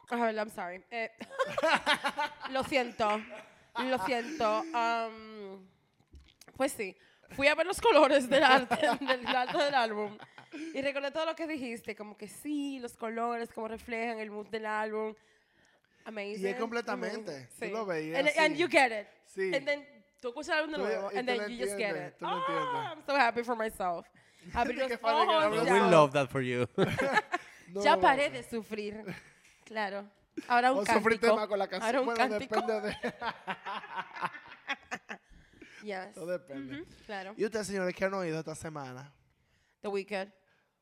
S2: A ver, I'm sorry. Eh, [LAUGHS] lo siento. Lo siento. Am, pues sí. Fui a ver los colores del arte [LAUGHS] del, arte del álbum. Y recordé todo lo que dijiste. Como que sí, los colores, como reflejan el mood del álbum. Amazing.
S3: Y es completamente.
S2: amazing.
S3: Tú lo veías
S2: And, and
S3: así.
S2: you get it.
S3: Sí.
S2: And then tú escuchas el álbum de
S3: Tú-
S2: nuevo.
S3: y
S2: And
S3: tú
S2: then
S3: lo
S2: you just get
S3: entiendes,
S2: it.
S3: tú lo
S2: Ah,
S3: entiendes.
S2: I'm so happy for
S3: [LAUGHS]
S2: myself. Abrí
S3: Qué
S2: los
S3: padre que
S2: ojos.
S3: hablas.
S4: We
S2: ya.
S4: love that for
S3: [LAUGHS]
S4: you. [LAUGHS]
S3: No,
S2: Ya
S3: no,
S2: paré
S3: no.
S2: de sufrir. Claro. Ahora un
S3: O sufrí
S2: cántico.
S3: tema con la canción.
S2: Ahora un
S3: bueno,
S2: cántico.
S3: depende de. [LAUGHS]
S2: Yes.
S3: Todo depende.
S2: Ujú, Claro.
S3: ¿Y ustedes, señores, qué han oído esta semana?
S2: The Weeknd.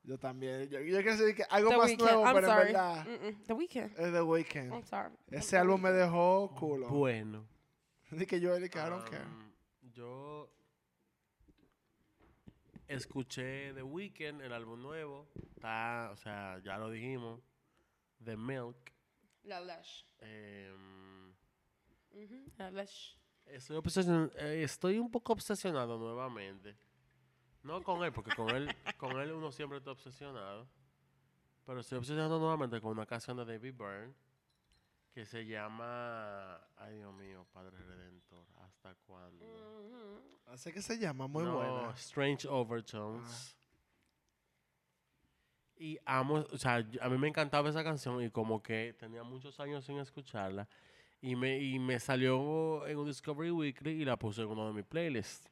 S3: Yo también. Yo, yo quiero decir que algo
S2: The
S3: más
S2: Weeknd.
S3: nuevo,
S2: I'm
S3: pero
S2: sorry. Mm.
S3: en verdad
S2: Mm-mm. The Weeknd.
S3: es The Weeknd.
S2: I'm sorry.
S3: Ese álbum me dejó culo.
S4: bueno.
S3: Así que yo, Erika, I don't care.
S4: Um, yo escuché The Weeknd, el álbum nuevo. Está, o sea, ya lo dijimos. The Milk.
S2: La Lash.
S4: em,
S2: Ujú, habla, shh.
S4: Estoy, obsesion- eh, estoy un poco obsesionado nuevamente. No con él, porque con él, [LAUGHS] con él uno siempre está obsesionado. Pero estoy obsesionado nuevamente con una canción de David Byrne que se llama Ay Dios mío, Padre Redentor, ¿hasta cuándo?
S2: Ujú.
S3: Así que se llama, muy
S4: No,
S3: buena.
S4: Strange Overtones. Y amo, o sea, yo- a mí me encantaba esa canción y como que tenía muchos años sin escucharla. Y me, y me salió en un Discovery Weekly y la puse en uno de mis playlists.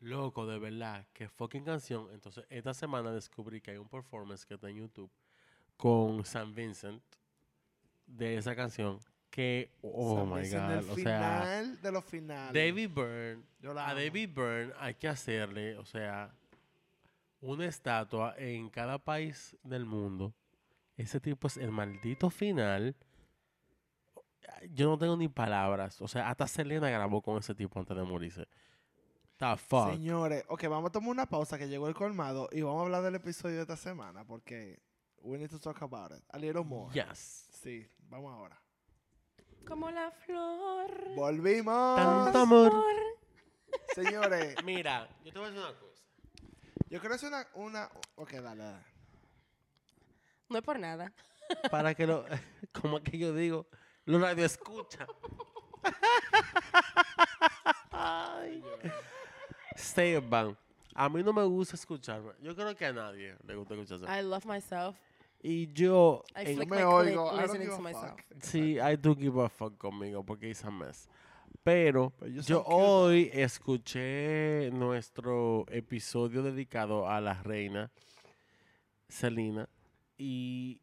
S4: Loco, de verdad, qué fucking canción. Entonces, esta semana descubrí que hay un performance que está en YouTube con San Vincent de esa canción. Que, oh
S3: San
S4: my
S3: Vincent
S4: God,
S3: del
S4: o sea,
S3: final de los finales.
S4: David Byrne,
S3: Yo la
S4: a
S3: amo.
S4: David Byrne hay que hacerle, o sea, una estatua en cada país del mundo. Ese tipo es el maldito final. Yo no tengo ni palabras. O sea, hasta Selena grabó con ese tipo antes de morirse. The fuck.
S3: Señores, ok, vamos a tomar una pausa que llegó el colmado y vamos a hablar del episodio de esta semana porque we need to talk about it. A little more.
S4: Yes.
S3: Sí, vamos ahora.
S2: Como la flor.
S3: Volvimos.
S4: Tanto amor.
S3: Señores,
S4: Mira, yo te voy a decir una cosa.
S3: yo creo que es una, una... Ok, dale, dale.
S2: No es por nada.
S4: Para que lo. [LAUGHS] Como es que yo digo, lo radio escucha. Ay. Esteban, a mí no me gusta escucharme. Yo creo que a nadie le gusta escucharse.
S2: I love myself.
S4: Y yo,
S2: I
S4: en-
S3: Yo
S2: flick
S3: me
S2: my
S3: oigo.
S2: clit
S3: I don't
S2: listening to
S3: give a
S2: myself.
S3: fuck.
S4: sí, I do give a fuck conmigo porque es a mess. Pero
S3: Pero
S4: yo
S3: you sound cute, though.
S4: hoy escuché nuestro episodio dedicado a la reina Selena y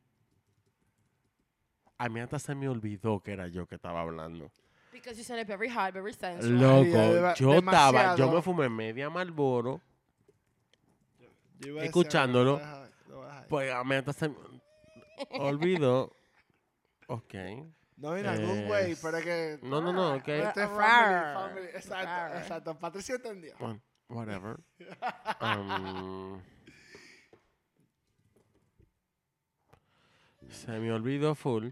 S4: a mí hasta se me olvidó que era yo que estaba hablando.
S2: Because you sound very hot, very sensual.
S4: Loco,
S3: deba-
S4: yo estaba, yo
S3: demasiado.
S4: me fumé media Marlboro,
S3: Yo iba a decir algo,
S4: Escuchándolo.
S3: lo voy a dejar, lo voy a dejar.
S4: pues a mí hasta se me olvidó. Ok.
S3: No, en algún
S4: Eh,
S3: güey, pero es que...
S4: No, no, no, ok.
S3: Esto es
S2: Rar.
S3: family, family. Exacto,
S2: Rar.
S3: exacto. Patricia entendió.
S4: Bueno,
S2: [LAUGHS]
S4: whatever. Um, se me olvidó full.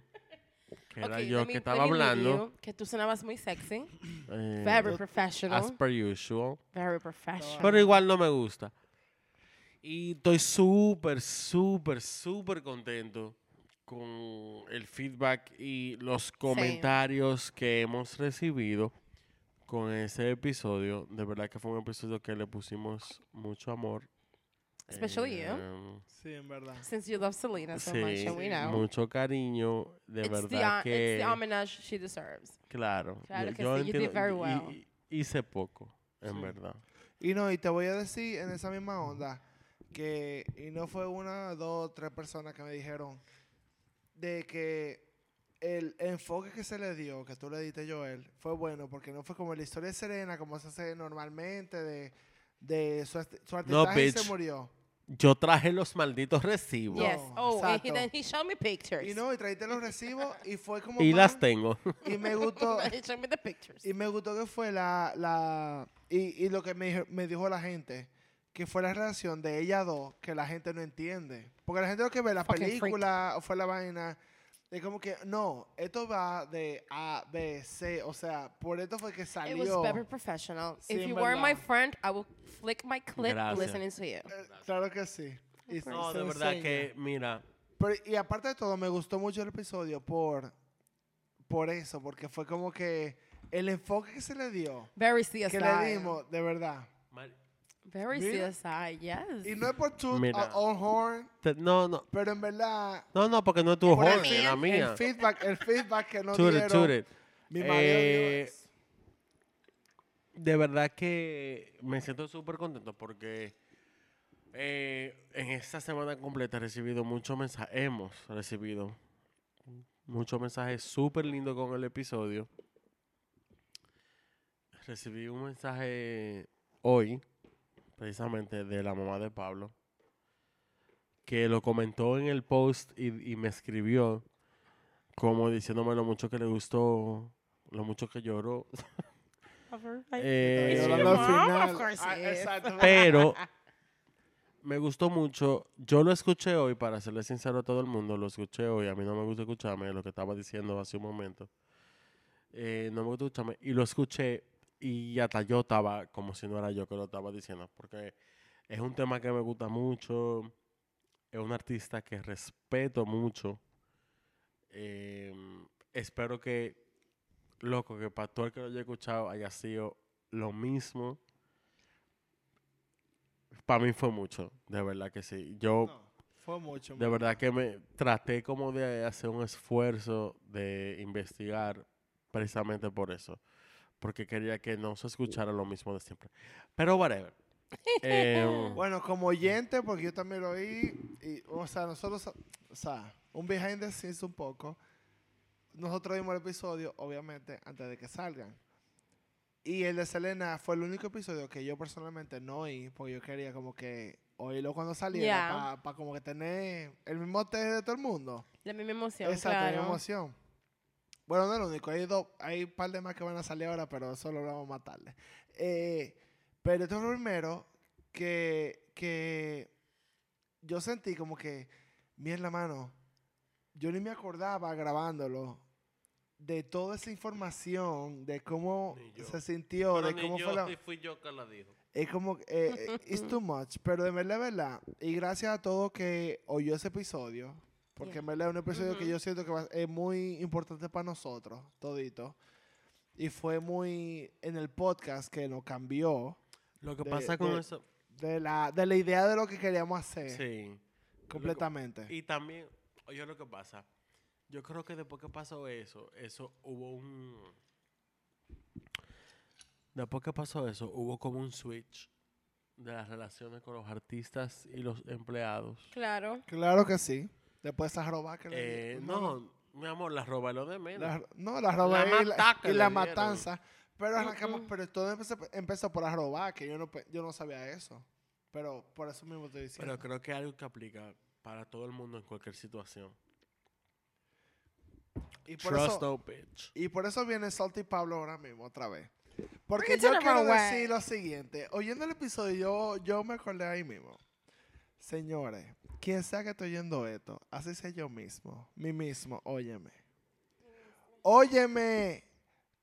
S4: Que era
S2: Okay,
S4: yo
S2: let me-
S4: que
S2: let
S4: estaba
S2: me leave
S4: hablando.
S2: you, Que tú sonabas muy sexy.
S4: eh,
S2: Very
S3: yo-
S4: as
S2: professional.
S4: per usual.
S2: Very professional.
S4: Pero igual no me gusta. Y estoy súper, súper, súper contento con el feedback y los comentarios que hemos recibido con ese episodio. De verdad que fue un episodio que le pusimos mucho amor.
S2: Especially you.
S4: Em,
S3: Sí, en verdad.
S2: Since you love Selena so much,
S4: sí,
S2: and we know.
S4: mucho cariño. De
S2: it's, the,
S4: verdad
S2: hon-
S4: que...
S2: it's the homenage she deserves.
S4: claro.
S2: Claro
S4: yo-
S2: que
S4: yo
S2: sí, you did
S4: entiendo-
S2: very
S4: y-
S2: well.
S4: y- hice poco, en
S3: Sí.
S4: verdad.
S3: Y no, y te voy a decir en esa misma onda que, y no fue una, dos, tres personas que me dijeron de que el enfoque que se le dio, que tú le diste, Joel, fue bueno, porque no fue como la historia de Serena, como se hace normalmente, de, de su, art- su artistaje y se
S4: bitch.
S3: murió.
S4: Yo traje los malditos recibos.
S2: Yes. Oh, and he,
S3: exacto.
S2: then he showed me pictures.
S3: Y no, y traíste los recibos y fue como...
S4: Y las
S3: más- [LAUGHS]
S4: tengo.
S3: y me gustó,
S2: [LAUGHS] [LAUGHS] he showed me the pictures.
S3: Y me gustó que fue la... la y, y lo que me, dijo- me dijo la gente, que fue la relación de ella dos, que la gente no entiende. Porque la gente lo que ve la
S2: Fucking freak.
S3: película o fue la vaina, es como que, no, esto va de A, B, C, o sea, por esto fue que
S2: It was
S3: salió.
S2: very professional.
S3: Sí,
S2: if
S3: en
S2: you were my
S3: verdad.
S2: friend, I would flick my clip
S4: Gracias.
S2: listening to you.
S3: Eh, Claro que sí. Y
S4: No,
S3: se
S4: de verdad
S3: enseña.
S4: que, mira,
S3: Pero, y aparte de todo, me gustó mucho el episodio por, por eso, porque fue como que el enfoque que se le dio,
S2: Very CSI.
S3: que le dimos, de verdad.
S4: mal-
S2: Very
S3: Mira.
S2: CSI, yes.
S3: Y no es por tu
S4: Mira.
S3: on horn,
S4: te- no, no,
S3: Pero en verdad,
S4: no, no, porque no es tu
S3: Por
S4: horn,
S3: el-
S4: es la
S3: el
S4: mía.
S3: feedback, el feedback que nos
S4: Toot it,
S3: dieron,
S4: toot it.
S3: mi marido dio
S4: Eh,
S3: es-
S4: De verdad que me siento súper contento porque eh, en esta semana completa he recibido muchos mensajes, hemos recibido muchos mensajes súper lindos con el episodio. Recibí un mensaje hoy, precisamente de la mamá de Pablo, que lo comentó en el post y, y me escribió como diciéndome lo mucho que le gustó, lo mucho que lloró.
S3: Estoy
S4: Eh,
S3: llorando al
S2: Mom, of
S3: final.
S2: course
S3: Ah,
S2: he is.
S3: exacto.
S4: pero [LAUGHS] me gustó mucho. Yo lo escuché hoy, para serle sincero a todo el mundo, lo escuché hoy. A mí no me gusta escucharme lo que estaba diciendo hace un momento. eh, no me gusta escucharme, y lo escuché y hasta yo estaba como si no era yo que lo estaba diciendo, porque es un tema que me gusta mucho, es un artista que respeto mucho, eh, espero que, loco, que para todo el que lo haya escuchado haya sido lo mismo. Para mí fue mucho, de verdad que sí. Yo
S3: No, fue mucho.
S4: de verdad que me traté como de hacer un esfuerzo de investigar precisamente por eso. Porque quería que no se escuchara lo mismo de siempre. Pero [LAUGHS] whatever. Em,
S3: Bueno, como oyente, porque yo también lo oí, y, o sea, nosotros, o sea, un behind the scenes un poco, nosotros vimos el episodio, obviamente, antes de que salgan. Y el de Selena fue el único episodio que yo personalmente no oí, porque yo quería como que oírlo cuando saliera,
S2: Ya.
S3: para como que tener el mismo test de todo el mundo.
S2: La misma emoción,
S3: Exacto, la
S2: claro.
S3: emoción. Bueno, no es lo único. Hay, dos, hay un par de más que van a salir ahora, pero eso lo vamos a matarle. Eh, pero esto es lo primero que, que yo sentí como que, mira la mano, yo ni me acordaba grabándolo de toda esa información, de cómo
S4: Ni yo.
S3: se sintió, de cómo fue la...
S4: fui yo que la dijo.
S3: Es como, eh, eh, it's too much. Pero de verdad, verdad. Y gracias a todo que oyó ese episodio. Porque
S2: Yeah.
S3: en verdad es un episodio que
S2: Ujú.
S3: yo siento que va- es muy importante para nosotros, todito. Y fue muy en el podcast que nos cambió
S4: Lo que
S3: De-
S4: pasa con
S3: de- eh.
S4: eso.
S3: de la, de la idea de lo que queríamos hacer
S4: Sí.
S3: completamente.
S4: Y también, oye lo que pasa. Yo creo que después que pasó eso, eso hubo un. Después que pasó eso, hubo como un switch de las relaciones con los artistas y los empleados.
S2: Claro.
S3: claro que sí. Después esas robas que le
S4: Eh,
S3: di-
S4: no, mi amor, las roba lo de menos.
S3: La- no, la roba
S4: La
S3: y la,
S4: mataca
S3: y
S4: le
S3: la
S4: dieron.
S3: matanza. Pero arrancamos,
S2: Ujú.
S3: pero todo empezó, empezó por la roba, que yo no, pe- yo no sabía eso. Pero por eso mismo estoy diciendo.
S4: Pero creo que es algo que aplica para todo el mundo en cualquier situación.
S3: y, por
S4: Trust
S3: eso,
S4: no bitch.
S3: y por eso viene Salty Pablo ahora mismo, otra vez. Porque
S2: it's
S3: yo
S2: in the
S3: quiero
S2: wrong way.
S3: decir lo siguiente. Oyendo el episodio, yo, yo me acordé ahí mismo. Señores, quien sea que esté oyendo esto, así sea yo mismo, mí mismo, óyeme. Óyeme,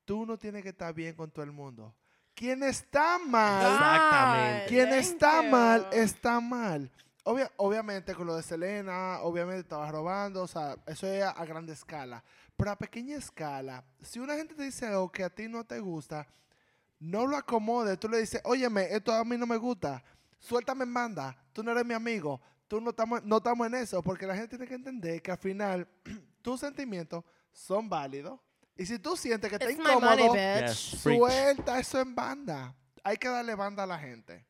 S3: tú no tienes que estar bien con todo el mundo. Quien está mal,
S4: Exactamente.
S3: Quien
S2: Thank
S3: está
S2: you.
S3: mal, está mal. Obvia- obviamente con lo de Selena, obviamente estaba robando, o sea, eso es a, a gran escala. Pero a pequeña escala, si una gente te dice algo que a ti no te gusta, no lo acomodes, tú le dices, óyeme, esto a mí no me gusta, suéltame en banda, tú no eres mi amigo, tú no estamos no estamos en eso, porque la gente tiene que entender que al final [CLEARS THROAT] tus sentimientos son válidos. Y si tú sientes que está
S2: It's my money,
S3: incómodo,
S2: bitch.
S4: Yes, preach.
S3: suelta eso en banda. Hay que darle banda a la gente.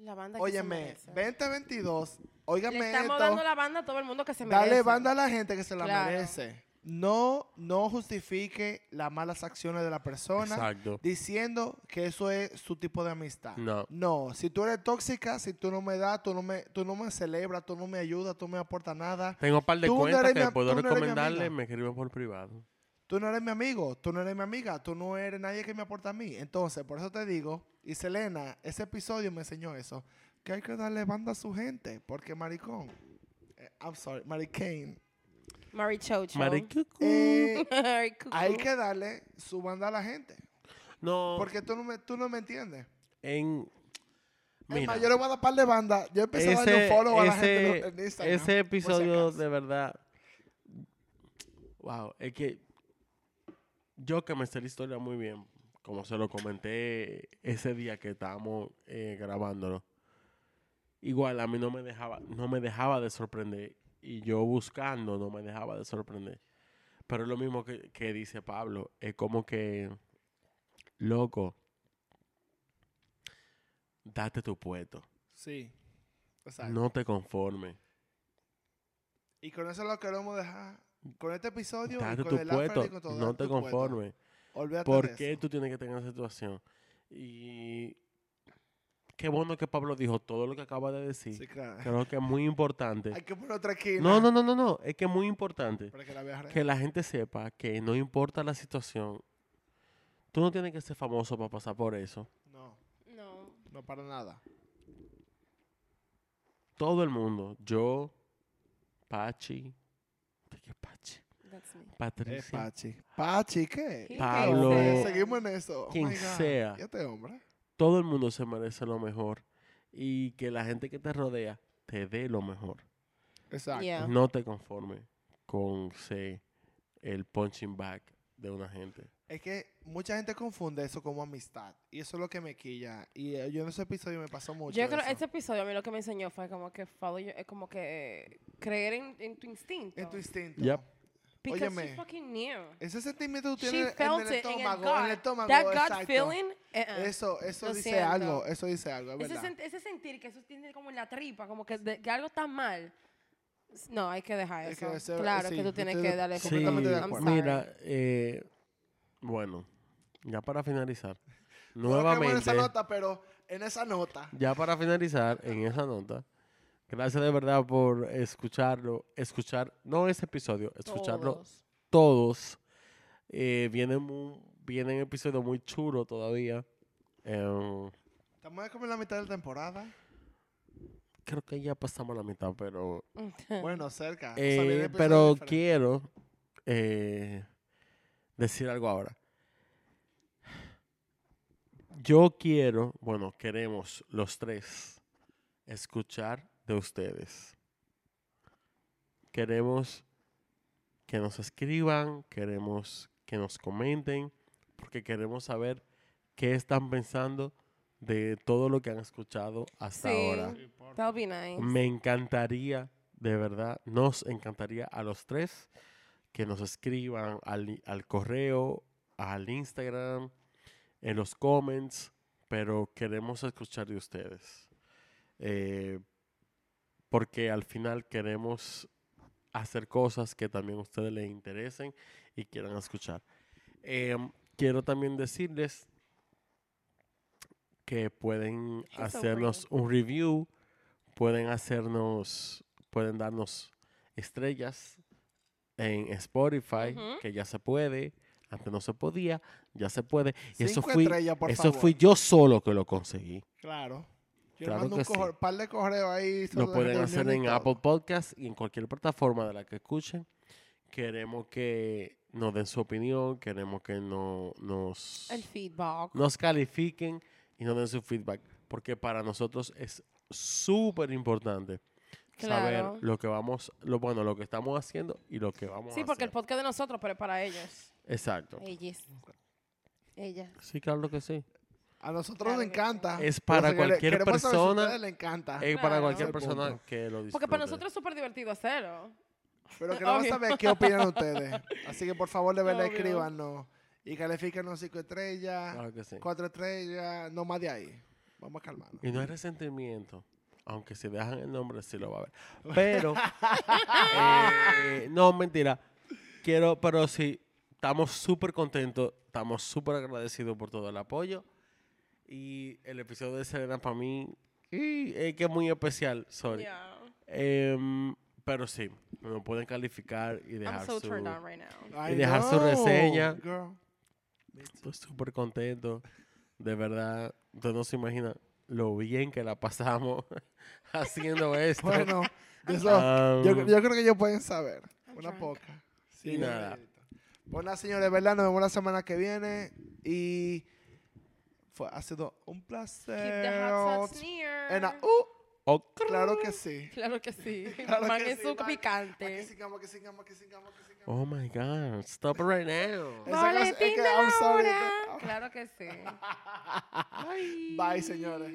S2: La banda que se
S3: Óyeme,
S2: merece.
S3: 2022,
S2: Le
S3: óigame
S2: estamos
S3: esto,
S2: dando la banda a todo el mundo que se merece.
S3: dale banda a la gente que se la
S2: Claro.
S3: merece. No, no justifique las malas acciones de la persona
S4: Exacto.
S3: diciendo que eso es su tipo de amistad.
S4: No.
S3: No, si tú eres tóxica, si tú no me das, tú no me, tú no me celebras, tú no me ayudas, tú no me aportas nada,
S4: Tengo un par de
S3: Tú no
S4: cuentas
S3: eres
S4: que
S3: mi am-
S4: puedo
S3: tú no eres mi
S4: recomendarle,
S3: amiga.
S4: me escriben por privado.
S3: tú no eres mi amigo, tú no eres mi amiga, tú no eres nadie que me aporta a mí. Entonces, por eso te digo, y Selena, ese episodio me enseñó eso, que hay que darle banda a su gente, porque maricón, eh, I'm sorry, maricane,
S2: Mari Chocho. [LAUGHS]
S4: Maricucu.
S3: eh,
S2: Mari Cucu.
S3: hay que darle su banda a la gente,
S4: no,
S3: porque tú no me, tú no me entiendes.
S4: en...
S3: Es
S4: Mira.
S3: más, yo le voy a dar par de banda, yo empecé a darle
S4: ese,
S3: un follow a la gente en-
S4: ese,
S3: en Instagram.
S4: ese
S3: por si
S4: episodio
S3: acaso.
S4: de verdad. Wow, es que yo que me sé la historia muy bien, como se lo comenté ese día que estábamos eh, grabándolo. Igual a mí no me dejaba, no me dejaba de sorprender y yo buscando no me dejaba de sorprender. Pero es lo mismo que, que dice Pablo, es como que loco, date tu puesto.
S3: Sí, exacto.
S4: No te conformes.
S3: Y con eso lo queremos dejar. Con este episodio, y
S4: Date
S3: con
S4: tu
S3: el
S4: puesto.
S3: Alfred y con todo,
S4: No
S3: date
S4: te
S3: tu puesto.
S4: conformes.
S3: Olvídate de
S4: ¿Por qué
S3: eso.
S4: tú tienes que tener esa situación? Y qué bueno que Pablo dijo todo lo que acaba de decir.
S3: Sí, claro.
S4: Creo que es muy importante.
S3: Hay que poner otra esquina.
S4: No, no, no, no, no. Es que es muy importante
S3: Para que la veas
S4: que la gente sepa que no importa la situación. Tú no tienes que ser famoso para pasar por eso.
S3: No,
S2: No.
S3: no para nada.
S4: Todo el mundo. Yo, Pachi. ¿Qué Pachi?
S2: That's me.
S3: Es
S4: Patricia,
S3: Pachi. Pachi,
S2: Sí,
S3: ¿qué?
S2: que
S4: Eh, Pablo.
S2: sea.
S3: Seguimos en eso. Oh
S4: Quien
S3: my God.
S4: sea.
S3: Y este hombre.
S4: todo el mundo se merece lo mejor y que la gente que te rodea te dé lo mejor.
S3: Exacto.
S2: Yeah.
S4: No te conformes con ser el punching back de una gente.
S3: Es que mucha gente confunde eso como amistad. Y eso es lo que me quilla. Y eh, yo en ese episodio me pasó mucho.
S2: Yo creo
S3: eso.
S2: que este episodio a mí lo que me enseñó fue como que follow your- eh, como que creer en, en tu instinto.
S3: En tu instinto.
S4: Yep.
S2: Because she
S3: óyeme.
S2: fucking knew.
S3: Ese sentimiento que tú
S2: She
S3: tienes en
S2: felt
S3: el
S2: it in her
S3: estómago. En el
S2: gut.
S3: estómago.
S2: That
S3: exacto.
S2: gut feeling. eh, eh.
S3: Eso, eso
S2: Lo
S3: dice
S2: siento.
S3: algo. Eso dice algo, es
S2: Ese,
S3: verdad.
S2: sen- ese sentir que eso tiene como en la tripa, como que, de- que algo está mal. S- No, hay que dejar
S3: Hay que
S2: eso.
S3: hacer-
S2: claro,
S3: sí,
S2: que tú
S3: yo
S2: tienes
S3: estoy
S2: que darle
S3: Sí, completamente de
S2: I'm
S3: acuerdo.
S2: sorry.
S4: Mira, eh, bueno, ya para
S3: [LAUGHS]
S4: finalizar,
S3: Nuevamente. En
S4: nuevamente,
S3: esa nota, pero en esa nota.
S4: ya para finalizar en esa nota, gracias de verdad por escucharlo, escuchar, no ese episodio, escucharlo
S2: Todos.
S4: todos. Eh, vienen, mu- vienen episodios muy chulos todavía. Em,
S3: Estamos como en la mitad de la temporada.
S4: creo que ya pasamos la mitad, pero,
S3: Bueno, cerca. O sea,
S4: eh,
S3: viene episodio
S4: pero
S3: diferente.
S4: quiero eh, decir algo ahora. Yo quiero, bueno, queremos los tres escuchar de ustedes. Queremos que nos escriban, queremos que nos comenten, porque queremos saber qué están pensando de todo lo que han escuchado hasta
S2: Sí.
S4: ahora.
S2: That'll be nice.
S4: Me encantaría, de verdad, nos encantaría a los tres que nos escriban al, i- al correo, al Instagram, en los comments, pero queremos escuchar de ustedes. Eh, porque al final queremos hacer cosas que también a ustedes les interesen y quieran escuchar. Em, quiero también decirles que pueden
S2: She's so
S4: hacernos un review, pueden hacernos, pueden darnos estrellas en Spotify,
S2: Ujú.
S4: que ya se puede, antes no se podía, ya se puede. Y eso
S3: Cinco
S4: fui,
S3: estrellas, por
S4: eso
S3: favor.
S4: fui yo solo que lo conseguí.
S3: Claro. Yo
S4: Claro
S3: le mando
S4: que
S3: un
S4: sí.
S3: cojo- par de correos ahí. sobre
S4: Lo
S3: la
S4: pueden
S3: reunión
S4: hacer
S3: y
S4: en
S3: todo.
S4: Apple Podcast y en cualquier plataforma de la que escuchen. Queremos que nos den su opinión, queremos que no, nos,
S2: El feedback.
S4: nos califiquen y nos den su feedback, porque para nosotros es súper importante
S2: Claro.
S4: saber lo que vamos, lo bueno, lo que estamos haciendo y lo que vamos
S2: Sí,
S4: a
S2: porque el
S4: hacer.
S2: podcast de nosotros, pero es para ellos.
S4: Exacto.
S2: Ellas. Ellas.
S4: Sí, claro que sí.
S3: A nosotros
S2: Claro
S3: nos
S2: que sí.
S3: encanta.
S4: Es para
S3: Pero si queremos
S4: cualquier
S3: saber si a
S4: persona.
S3: ustedes les encanta.
S4: Eh, para
S2: Ah, Claro.
S4: cualquier
S3: Ese
S4: persona
S3: punto.
S4: que lo disfrute.
S2: Porque para nosotros es súper divertido hacerlo.
S3: Pero queremos
S2: Obvio.
S3: saber qué opinan ustedes.
S2: [LAUGHS]
S3: Así que por favor, de verdad,
S2: Obvio.
S3: escríbanos. Y califíquenos cinco estrellas,
S4: Claro que sí.
S3: cuatro estrellas, no más de ahí. Vamos a calmarnos.
S4: Y no hay resentimiento. Aunque si dejan el nombre, sí lo va a ver.
S2: [LAUGHS]
S4: Pero. eh, no, mentira. Quiero, pero sí, estamos súper contentos. Estamos súper agradecidos por todo el apoyo. Y el episodio de Serena para mí. y es que es muy especial, sorry.
S2: Yeah.
S4: Em, pero sí, me pueden calificar y dejar
S2: I'm so
S4: su-
S2: turned on right now.
S3: I
S4: dejar su
S3: know,
S4: reseña.
S3: girl.
S4: Estoy súper contento. De verdad, usted no se imagina lo bien que la pasamos [LAUGHS] haciendo esto.
S2: [LAUGHS]
S3: Bueno, de eso,
S4: Um,
S3: yo, yo creo que ellos pueden saber.
S2: I'm
S3: Una
S2: drunk.
S3: poca.
S4: Y nada.
S3: Bueno, señores, ¿verdad? Nos vemos la semana que viene. Y fue, ha sido un
S2: Keep the hot
S3: placer.
S2: sauce near.
S3: En la- ¡Uh!
S4: Ok.
S3: claro que sí.
S2: Claro que sí.
S3: Claro
S2: Man
S3: que
S2: es
S3: sí,
S2: súper
S3: man.
S2: picante.
S3: Aquí sigamos, aquí sigamos, aquí sigamos, aquí sigamos.
S4: Oh my God, stop it right now.
S3: Esa cosa- es
S2: Boletín
S3: que
S2: de
S3: I'm
S2: la
S3: sorry,
S2: hora.
S3: no.
S2: Claro que sí. Ay.
S3: Bye, señores.